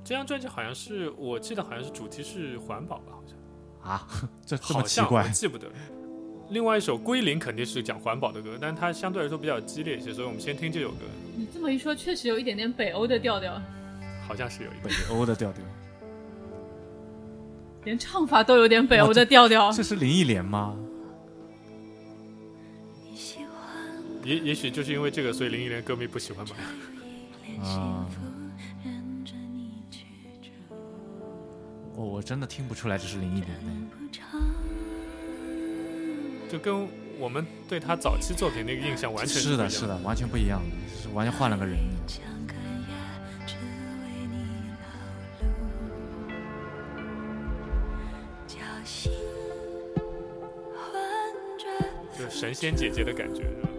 Speaker 3: 这张专辑好像是我记得好像是主题是环保吧，好像。
Speaker 1: 啊， 这这么
Speaker 3: 好
Speaker 1: 奇
Speaker 3: 像我
Speaker 1: 怪，
Speaker 3: 记不得了。另外一首《归零》肯定是讲环保的歌，但它相对来说比较激烈一些，所以我们先听这首歌，
Speaker 2: 你这么一说，确实有一点点北欧的调 调，
Speaker 3: 好像是有一个
Speaker 1: 北欧的调调，
Speaker 2: 连唱法都有点北欧的调
Speaker 3: 啊
Speaker 2: 调。
Speaker 1: 这是林忆莲吗？
Speaker 3: 也也许就是因为这个，所以林忆莲歌迷不喜欢吧。
Speaker 1: 啊，我我真的听不出来这是林忆莲的。
Speaker 3: 就跟我们对她早期作品那个印象完全
Speaker 1: 是
Speaker 3: 不一
Speaker 1: 的，
Speaker 3: 样
Speaker 1: 是的，完全不一样，是完全换了个人。
Speaker 3: 就是神仙姐姐的感觉。是吧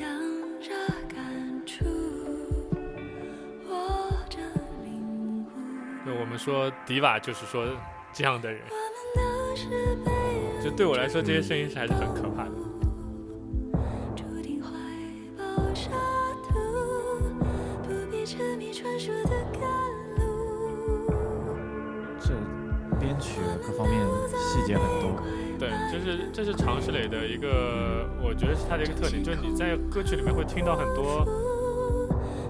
Speaker 5: 仰着感触，握着领悟，
Speaker 3: 就我们说迪瓦，就是说这样的人，
Speaker 5: 我们都是被爱
Speaker 3: 就对我来说，这些声音是还是很可怕的。
Speaker 5: 注定怀抱沙土，不必沉迷传说的甘露。
Speaker 1: 这编曲各方面细节很多，
Speaker 3: 对，这是这是常石磊的一个，我觉得是他的一个特点，就是你在歌曲里面会听到很多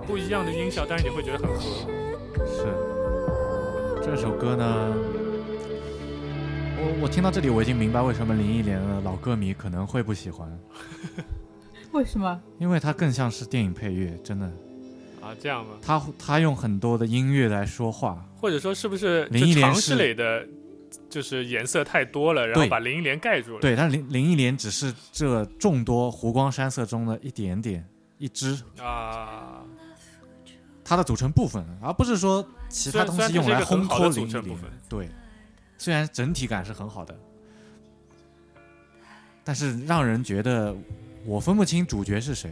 Speaker 3: 不一样的音效，但是你会觉得很合。
Speaker 1: 是这首歌呢，我我听到这里我已经明白为什么林忆莲的老歌迷可能会不喜欢，
Speaker 2: 为什么？
Speaker 1: 因为它更像是电影配乐，真的，
Speaker 3: 啊，这样吗？
Speaker 1: 它它用很多的音乐来说话，
Speaker 3: 或者说是不是
Speaker 1: 林忆
Speaker 3: 就
Speaker 1: 莲
Speaker 3: 常
Speaker 1: 是
Speaker 3: 石磊的，就是颜色太多了，然后
Speaker 1: 对
Speaker 3: 把林忆莲盖住了。，
Speaker 1: 对，但林林忆莲只是这众多湖光山色中的一点点一支，
Speaker 3: 啊，
Speaker 1: 它的组成部分，而不是说其他东西用来烘托林忆
Speaker 3: 虽然它是一个很好的组成部
Speaker 1: 莲
Speaker 3: 分。
Speaker 1: 对，虽然整体感是很好的，但是让人觉得我分不清主角是谁。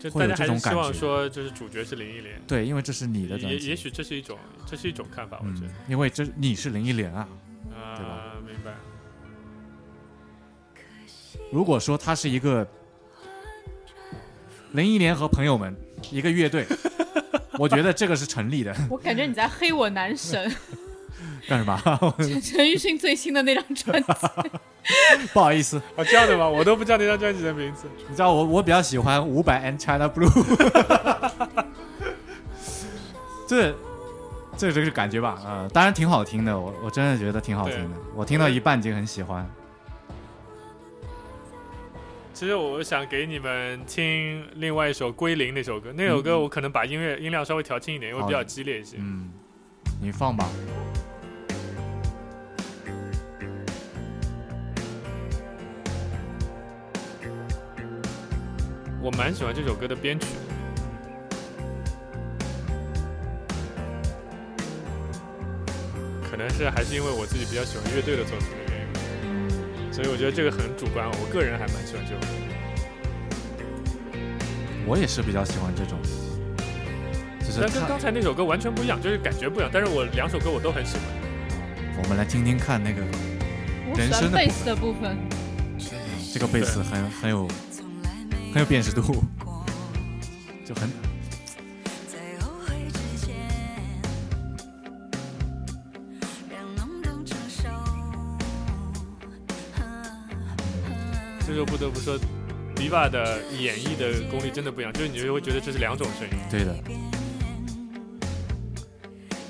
Speaker 3: 就
Speaker 1: 会
Speaker 3: 大
Speaker 1: 有
Speaker 3: 家还
Speaker 1: 这
Speaker 3: 是
Speaker 1: 种
Speaker 3: 希
Speaker 1: 感
Speaker 3: 望
Speaker 1: 觉
Speaker 3: 说，就是主角是林忆莲。
Speaker 1: 对，因为这是你的专
Speaker 3: 也
Speaker 1: 辑，
Speaker 3: 也许这是一种，这是一种看法，我觉
Speaker 1: 嗯
Speaker 3: 得。，
Speaker 1: 因为这你是林忆莲啊。对
Speaker 3: 啊
Speaker 1: 吧，
Speaker 3: 明白。
Speaker 1: 如果说他是一个林忆莲和朋友们一个乐 队，我觉得这个是成立的。
Speaker 2: 我感觉你在黑我男 神
Speaker 1: 干什么？
Speaker 2: 陈奕迅最新的那张专 辑。
Speaker 1: 不好意思，
Speaker 3: 哦，这样的吗？我都不知道那张专辑的名字。
Speaker 1: 你知道我我比较喜欢伍佰 and China Blue，这这这个感觉吧，呃，当然挺好听的，我我真的觉得挺好听的，我听到一半已经很喜欢。
Speaker 3: 其实我想给你们听另外一首《归零》那首歌，那首歌我可能把音乐音量稍微调轻一点，因为比较激烈一些。
Speaker 1: 嗯，你放吧。
Speaker 3: 我蛮喜欢这首歌的编曲的。可能是还是因为我自己比较喜欢乐队的作品的原因，所以我觉得这个很主观。我个人还蛮喜欢这首歌。
Speaker 1: 我也是比较喜欢这种，就是
Speaker 3: 但跟
Speaker 1: 看
Speaker 3: 刚才那首歌完全不一样，就是感觉不一样。但是我两首歌我都很喜欢。
Speaker 1: 我们来听听看那个
Speaker 2: 我
Speaker 1: 人
Speaker 2: 喜
Speaker 1: 生
Speaker 2: 欢
Speaker 1: 的
Speaker 2: 贝斯的部分，
Speaker 1: 这个贝斯很很有很有辨识度，就很
Speaker 5: 在后悔之前，让浓痛承受。
Speaker 3: 这就不得不说，Diva 的演绎的功力真的不一样，就是你就会觉得这是两种声音。
Speaker 1: 对的。
Speaker 5: 哎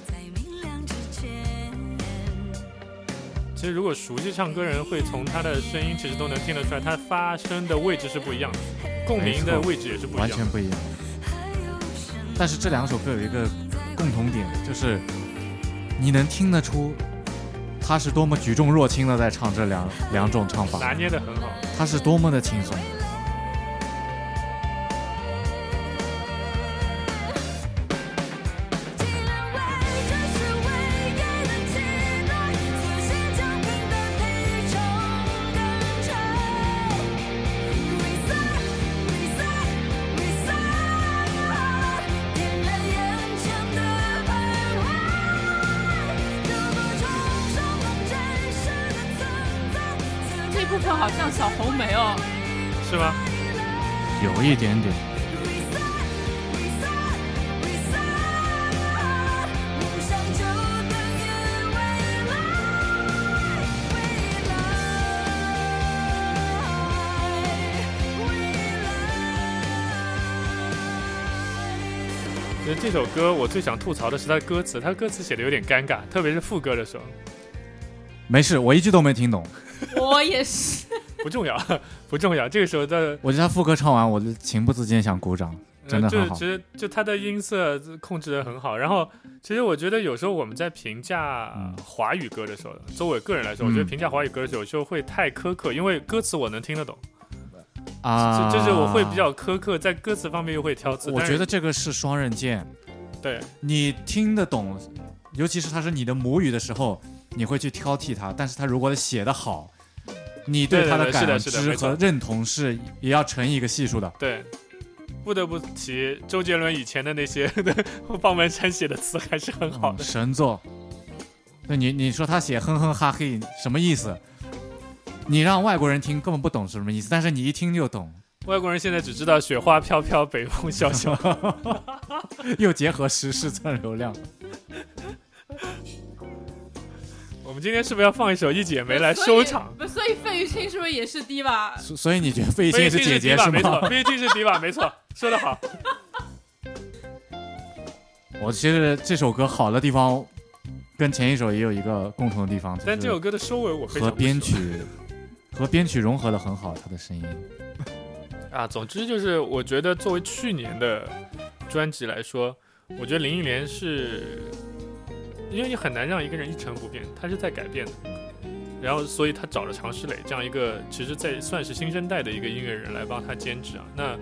Speaker 5: 在明亮之前，
Speaker 3: 其实如果熟悉唱歌人，会从他的声音其实都能听得出来，他发声的位置是不一样的，共鸣的位置也是不一
Speaker 1: 完
Speaker 3: 样
Speaker 1: 全
Speaker 3: 的。
Speaker 1: 不一样。但是这两首歌有一个共同点，就是你能听得出他是多么举重若轻的在唱这两两种唱法，
Speaker 3: 拿捏的很好，
Speaker 1: 他是多么的轻松。
Speaker 5: 尽量为这是唯一的期待，死心将平淡陪宠更长。Reset reset reset，点亮眼前的徘徊，多么冲撞梦真实的存在。
Speaker 2: 这部分好像小红梅哦，
Speaker 3: 是吗？
Speaker 1: 有一点点，
Speaker 5: reset reset reset，梦想就等于未来，未来，未来。
Speaker 3: 其实这首歌我最想吐槽的是它的歌词，它的歌词写的有点尴尬，特别是副歌的时候，
Speaker 1: 没事，我一句都没听懂。
Speaker 2: 我也是。
Speaker 3: 不重要， 不重要。这个时候的
Speaker 1: 我觉得他副歌唱完，我就情不自禁想鼓掌，真的
Speaker 3: 呃就
Speaker 1: 很
Speaker 3: 是
Speaker 1: 好
Speaker 3: 其。实就它的音色控制的很好。然后其实我觉得有时候我们在评价
Speaker 1: 嗯
Speaker 3: 华语歌的时候，作为个人来说，我觉得
Speaker 1: 嗯
Speaker 3: 评价华语歌的时候有时候会太苛刻，因为歌词我能听得懂，
Speaker 1: 啊，
Speaker 3: 就就是我会比，较苛刻，在歌词方面又会挑刺。
Speaker 1: 我
Speaker 3: 但是
Speaker 1: 觉得这个是双刃剑。
Speaker 3: 对，
Speaker 1: 你听得懂，尤其是它是你的母语的时候，你会去挑剔它。但是它如果写得好，你
Speaker 3: 对
Speaker 1: 它
Speaker 3: 对对是的
Speaker 1: 感
Speaker 3: 是的
Speaker 1: 知
Speaker 3: 没错
Speaker 1: 和认同是也要乘以一个系数的。
Speaker 3: 对，不得不提周杰伦以前的那些 方文山写的词还是很好
Speaker 1: 嗯
Speaker 3: 的。
Speaker 1: 神作。对你你说他写哼哼哈嘿什么意思？你让外国人听根本不懂是什么意思，但是你一听就懂，
Speaker 3: 外国人现在只知道雪花飘飘，北风 萧萧。
Speaker 1: 又结合时事蹭流量。
Speaker 3: 我们今天是不是要放一首《一姐没》来收场？
Speaker 2: 不，所以费玉清是不是也是 D 吧？
Speaker 1: 所所以你觉得费玉
Speaker 3: 毕
Speaker 1: 清
Speaker 3: 竟
Speaker 1: 姐姐
Speaker 3: 迪吧
Speaker 1: 是
Speaker 3: 没
Speaker 1: 吗？
Speaker 3: 错，毕竟是迪吧，没错，说得好。
Speaker 1: 我其实这首歌好的地方，跟前一首也有一个共同的地方，
Speaker 3: 但这
Speaker 1: 就
Speaker 3: 首
Speaker 1: 是
Speaker 3: 歌的收尾我非常
Speaker 1: 和
Speaker 3: 不
Speaker 1: 编
Speaker 3: 熟
Speaker 1: 曲和编曲融合的很好，他的声音。
Speaker 3: 啊，总之就是我觉得作为去年的专辑来说，我觉得林忆莲是，因为你很难让一个人一成不变，她是在改变的。然后，所以她找了常石磊这样一个，其实在算是新生代的一个音乐人来帮她兼职啊。那，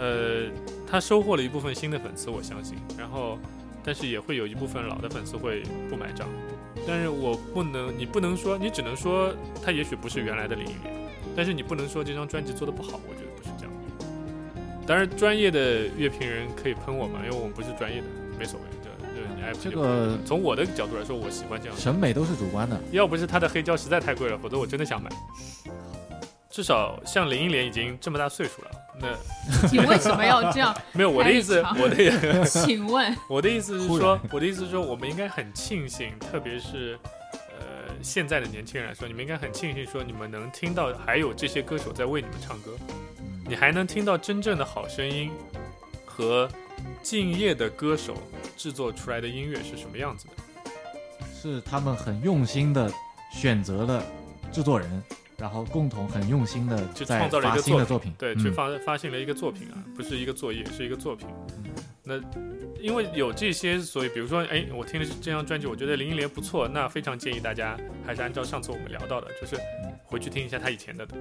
Speaker 3: 呃，她收获了一部分新的粉丝，我相信。然后，但是也会有一部分老的粉丝会不买账。但是我不能，你不能说，你只能说她也许不是原来的林忆莲。但是你不能说这张专辑做的不好，我觉得不是这样。当然，专业的乐评人可以喷我们，因为我们不是专业的，没所谓。对，对，你爱
Speaker 1: 这
Speaker 3: 喷就喷。
Speaker 1: 个
Speaker 3: 从我的角度来说，我喜欢这样。
Speaker 1: 审美都是主观的，
Speaker 3: 要不是它的黑胶实在太贵了，否则我真的想买。至少像林忆莲已经这么大岁数了，那
Speaker 2: 请为什么要这样？
Speaker 3: 没有我的意思
Speaker 2: 太，长
Speaker 3: 我的
Speaker 2: 请问
Speaker 3: 我的意思是
Speaker 1: 忽
Speaker 3: 说
Speaker 1: 然，
Speaker 3: 我的意思是说，我们应该很庆幸，特别是呃现在的年轻人来说，你们应该很庆幸说，你们能听到还有这些歌手在为你们唱歌，
Speaker 1: 嗯
Speaker 3: 你还能听到真正的好声音和敬业的歌手制作出来的音乐是什么样子的。
Speaker 1: 是他们很用心的选择了制作人，然后共同很用心的
Speaker 3: 就
Speaker 1: 在
Speaker 3: 创造了一
Speaker 1: 发
Speaker 3: 个
Speaker 1: 新的作品。
Speaker 3: 对，
Speaker 1: 嗯
Speaker 3: 去发发现了一个作品啊，不是一个作业，是一个作品。那因为有这些，所以比如说，哎，我听的是这张专辑，我觉得林忆莲不错，那非常建议大家还是按照上次我们聊到的，就是回去听一下她以前的歌，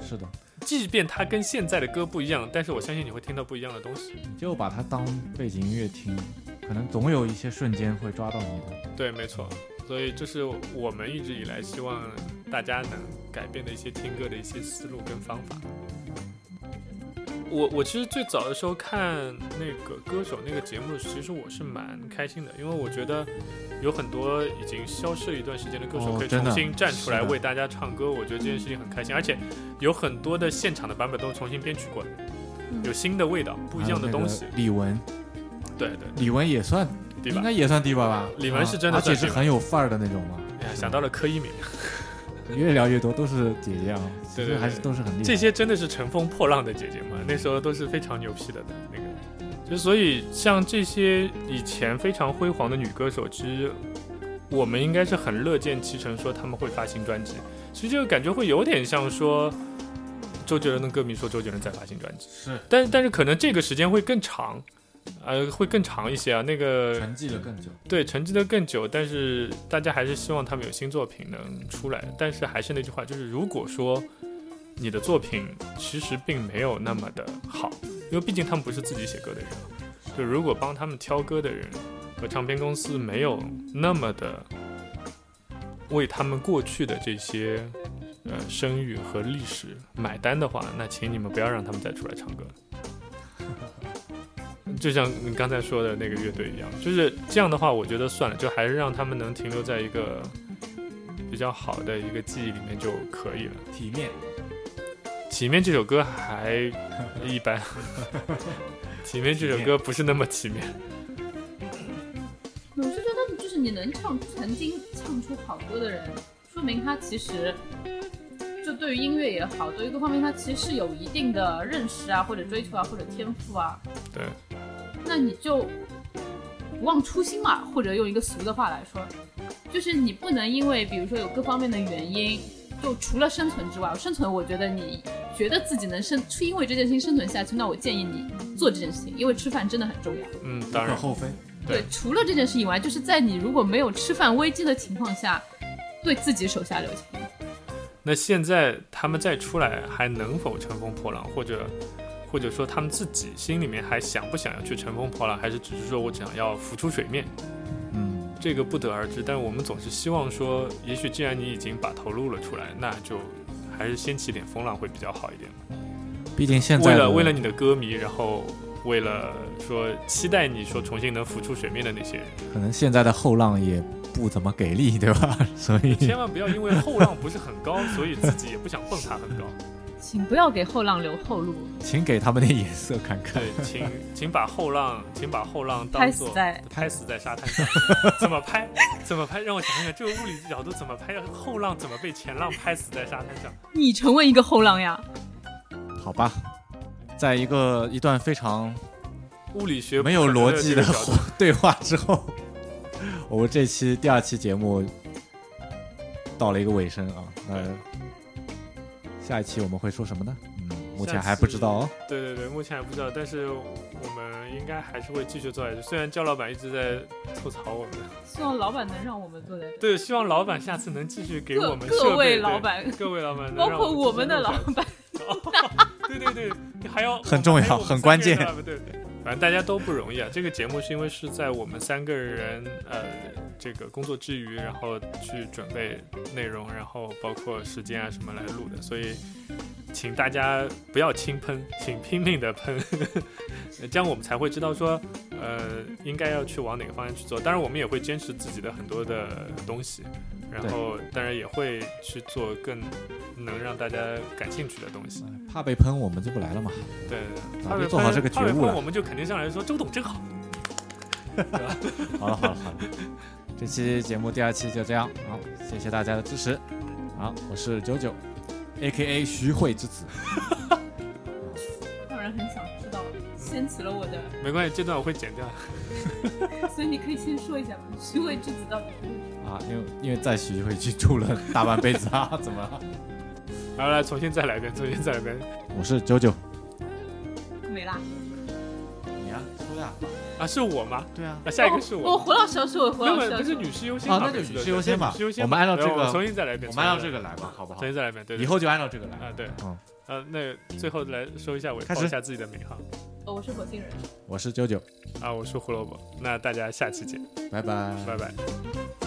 Speaker 1: 是的，
Speaker 3: 即便她跟现在的歌不一样，但是我相信你会听到不一样的东西。
Speaker 1: 你就把它当背景音乐听，可能总有一些瞬间会抓到你的。
Speaker 3: 对，没错。所以这是我们一直以来希望大家能改变的一些听歌的一些思路跟方法。我我其实最早的时候看那个歌手那个节目，其实我是蛮开心的，因为我觉得有很多已经消失了一段时间的歌手
Speaker 1: 哦
Speaker 3: 可以
Speaker 1: 真的
Speaker 3: 重新站出来
Speaker 1: 是的
Speaker 3: 为大家唱歌，我觉得这件事情很开心，而且有很多的现场的版本都是重新编曲过的，有新的味道，不一样的东西。
Speaker 1: 还有那个李玟，
Speaker 3: 对对，
Speaker 1: 李玟也算，
Speaker 3: 对吧
Speaker 1: 应该？也算迪吧吧？
Speaker 3: 李玟是真的
Speaker 1: 啊而且
Speaker 3: 算
Speaker 1: 是
Speaker 3: 迪吧
Speaker 1: 很有范儿的那种嘛。
Speaker 3: 哎呀，想到了柯一敏。
Speaker 1: 越聊越多都是姐姐啊，其
Speaker 3: 对对
Speaker 1: 实还
Speaker 3: 对
Speaker 1: 是都是很厉害。
Speaker 3: 这些真的是乘风破浪的姐姐嘛，那时候都是非常牛批的那个。就所以像这些以前非常辉煌的女歌手，其实我们应该是很乐见其成，说他们会发新专辑。其实这个感觉会有点像说周杰伦的歌迷说周杰伦在发新专辑，
Speaker 1: 是
Speaker 3: 但但是可能这个时间会更长，呃，会更长一些啊。那个
Speaker 1: 沉寂了更久。
Speaker 3: 对，沉寂的更久，但是大家还是希望他们有新作品能出来。但是还是那句话，就是如果说你的作品其实并没有那么的好，因为毕竟他们不是自己写歌的人，就如果帮他们挑歌的人和唱片公司没有那么的为他们过去的这些呃声誉和历史买单的话，那请你们不要让他们再出来唱歌了。就像你刚才说的那个乐队一样，就是这样的话，我觉得算了，就还是让他们能停留在一个比较好的一个记忆里面就可以了。
Speaker 1: 体面，
Speaker 3: 前面这首歌还一 般，前面这首歌不是那么体面。
Speaker 2: 我是觉得，就是你能唱曾经唱出好歌的人，说明他其实就对于音乐也好，对于各方面他其实有一定的认识啊，或者追求啊，或者天赋啊。
Speaker 3: 对，
Speaker 2: 那你就不忘初心嘛，或者用一个俗的话来说，就是你不能因为比如说有各方面的原因，就除了生存之外，生存我觉得你觉得自己能生，因为这件事情生存下去，那我建议你做这件事情，因为吃饭真的很重要。
Speaker 3: 嗯，
Speaker 1: 无
Speaker 3: 当
Speaker 1: 可
Speaker 3: 然，
Speaker 1: 厚非。
Speaker 3: 对
Speaker 2: 对，除了这件事以外，就是在你如果没有吃饭危机的情况下，对自己手下留情。
Speaker 3: 那现在他们再出来，还能否乘风破浪，或者或者说他们自己心里面还想不想要去乘风破浪，还是只是说我只想要浮出水面？
Speaker 1: 嗯，
Speaker 3: 这个不得而知，但是我们总是希望说，也许既然你已经把头露了出来，那就还是掀起点风浪会比较好一点。
Speaker 1: 毕竟现在
Speaker 3: 为了
Speaker 1: 的
Speaker 3: 为了你的歌迷，然后为了说期待你说重新能浮出水面的那些人，
Speaker 1: 可能现在的后浪也不怎么给力， 对吧？所以
Speaker 3: 千万不要因为后浪不是很 高，所以自己也不想蹦它很高。
Speaker 2: 请不要给后浪留后路，
Speaker 1: 请给他们点颜色看看。
Speaker 3: 对，请请把后浪，请把后浪当
Speaker 2: 拍死
Speaker 3: 做
Speaker 2: 在
Speaker 3: 拍死在沙滩上，怎 么拍？怎么拍？让我想想，这个物理角度怎么拍？让后浪怎么被前浪拍死在沙滩上？
Speaker 2: 你成为一个后浪呀！
Speaker 1: 好吧，在一个一段非常
Speaker 3: 物理学
Speaker 1: 没有
Speaker 3: 不可能
Speaker 1: 逻辑
Speaker 3: 这
Speaker 1: 的
Speaker 3: 个角度
Speaker 1: 对话之后， 我们这期第二期节目到了一个尾声啊。那
Speaker 3: 对
Speaker 1: 下一期我们会说什么呢？嗯，目前
Speaker 3: 下
Speaker 1: 还不
Speaker 3: 次
Speaker 1: 知道哦。
Speaker 3: 对对对，目前还不知道，但是我们应该还是会继续做下去。虽然焦老板一直在吐槽我们，
Speaker 2: 希望老板能让我们坐在这，
Speaker 3: 对，希望老板下次能继续给
Speaker 2: 各
Speaker 3: 我们设
Speaker 2: 各位
Speaker 3: 备
Speaker 2: 老，板
Speaker 3: 对，各位老板能
Speaker 2: 包
Speaker 3: 让
Speaker 2: 括我们的
Speaker 3: 继续
Speaker 2: 老
Speaker 3: 录下去
Speaker 2: 板，
Speaker 3: 对对对，你还要
Speaker 1: 很重要
Speaker 3: 还有我们
Speaker 1: 很关键
Speaker 3: 三个人的啊对，反正大家都不容易啊。这个节目是因为是在我们三个人呃这个工作之余，然后去准备内容，然后包括时间啊什么来录的，所以请大家不要轻喷，请拼命的喷， 这样我们才会知道说呃应该要去往哪个方向去做。当然，我们也会坚持自己的很多的东西，然后当然也会去做更能让大家感兴趣的东西。
Speaker 1: 怕被喷，我们就不来了嘛。
Speaker 3: 对，
Speaker 1: 早啊就做好这个觉悟了
Speaker 3: 二月份我们就肯定上来说周董真好。
Speaker 1: 好了好了好了，这期节目第二期就这样，好，谢谢大家的支持，好，我是九九，A K A 徐慧之子，
Speaker 2: 让人很想知道，掀起了我的，
Speaker 3: 没关系，这段我会剪掉。
Speaker 2: 所以你可以先说一下吧，虚伪之子到底是什么？
Speaker 1: 啊，因为因为在徐慧去住了大半辈子 啊，怎么了？
Speaker 3: 来来，重新再来一遍，重新再来一遍。
Speaker 1: 我是九九，
Speaker 2: 没啦。
Speaker 1: 你呀，说呀，
Speaker 3: 啊，是我吗？
Speaker 1: 对啊，
Speaker 3: 啊，下一个是
Speaker 2: 我
Speaker 3: 我。
Speaker 2: 哦胡老师要说，我胡
Speaker 3: 根
Speaker 2: 老师
Speaker 3: 本
Speaker 2: 要
Speaker 3: 不
Speaker 2: 说
Speaker 3: 是，女士优先
Speaker 1: 啊
Speaker 3: 嘛
Speaker 1: 那就
Speaker 3: 对不对
Speaker 1: 女士优先嘛
Speaker 3: 女士优先。
Speaker 1: 我们按照这个
Speaker 3: 对重新再来一遍。
Speaker 1: 我们按照这
Speaker 3: 重新再来一遍，
Speaker 1: 个来吧，好不好
Speaker 3: 重？新再来一遍。对，对
Speaker 1: 以后就按照这个来，
Speaker 3: 啊，对，
Speaker 1: 嗯，
Speaker 3: 呃，那最后来说一下尾，
Speaker 1: 开始
Speaker 3: 报一下自己的名号
Speaker 2: 哦，我是火星人。
Speaker 1: 我是九九，
Speaker 3: 啊，我是胡萝卜。那大家下期见，
Speaker 1: 拜拜
Speaker 3: 拜拜。
Speaker 2: 拜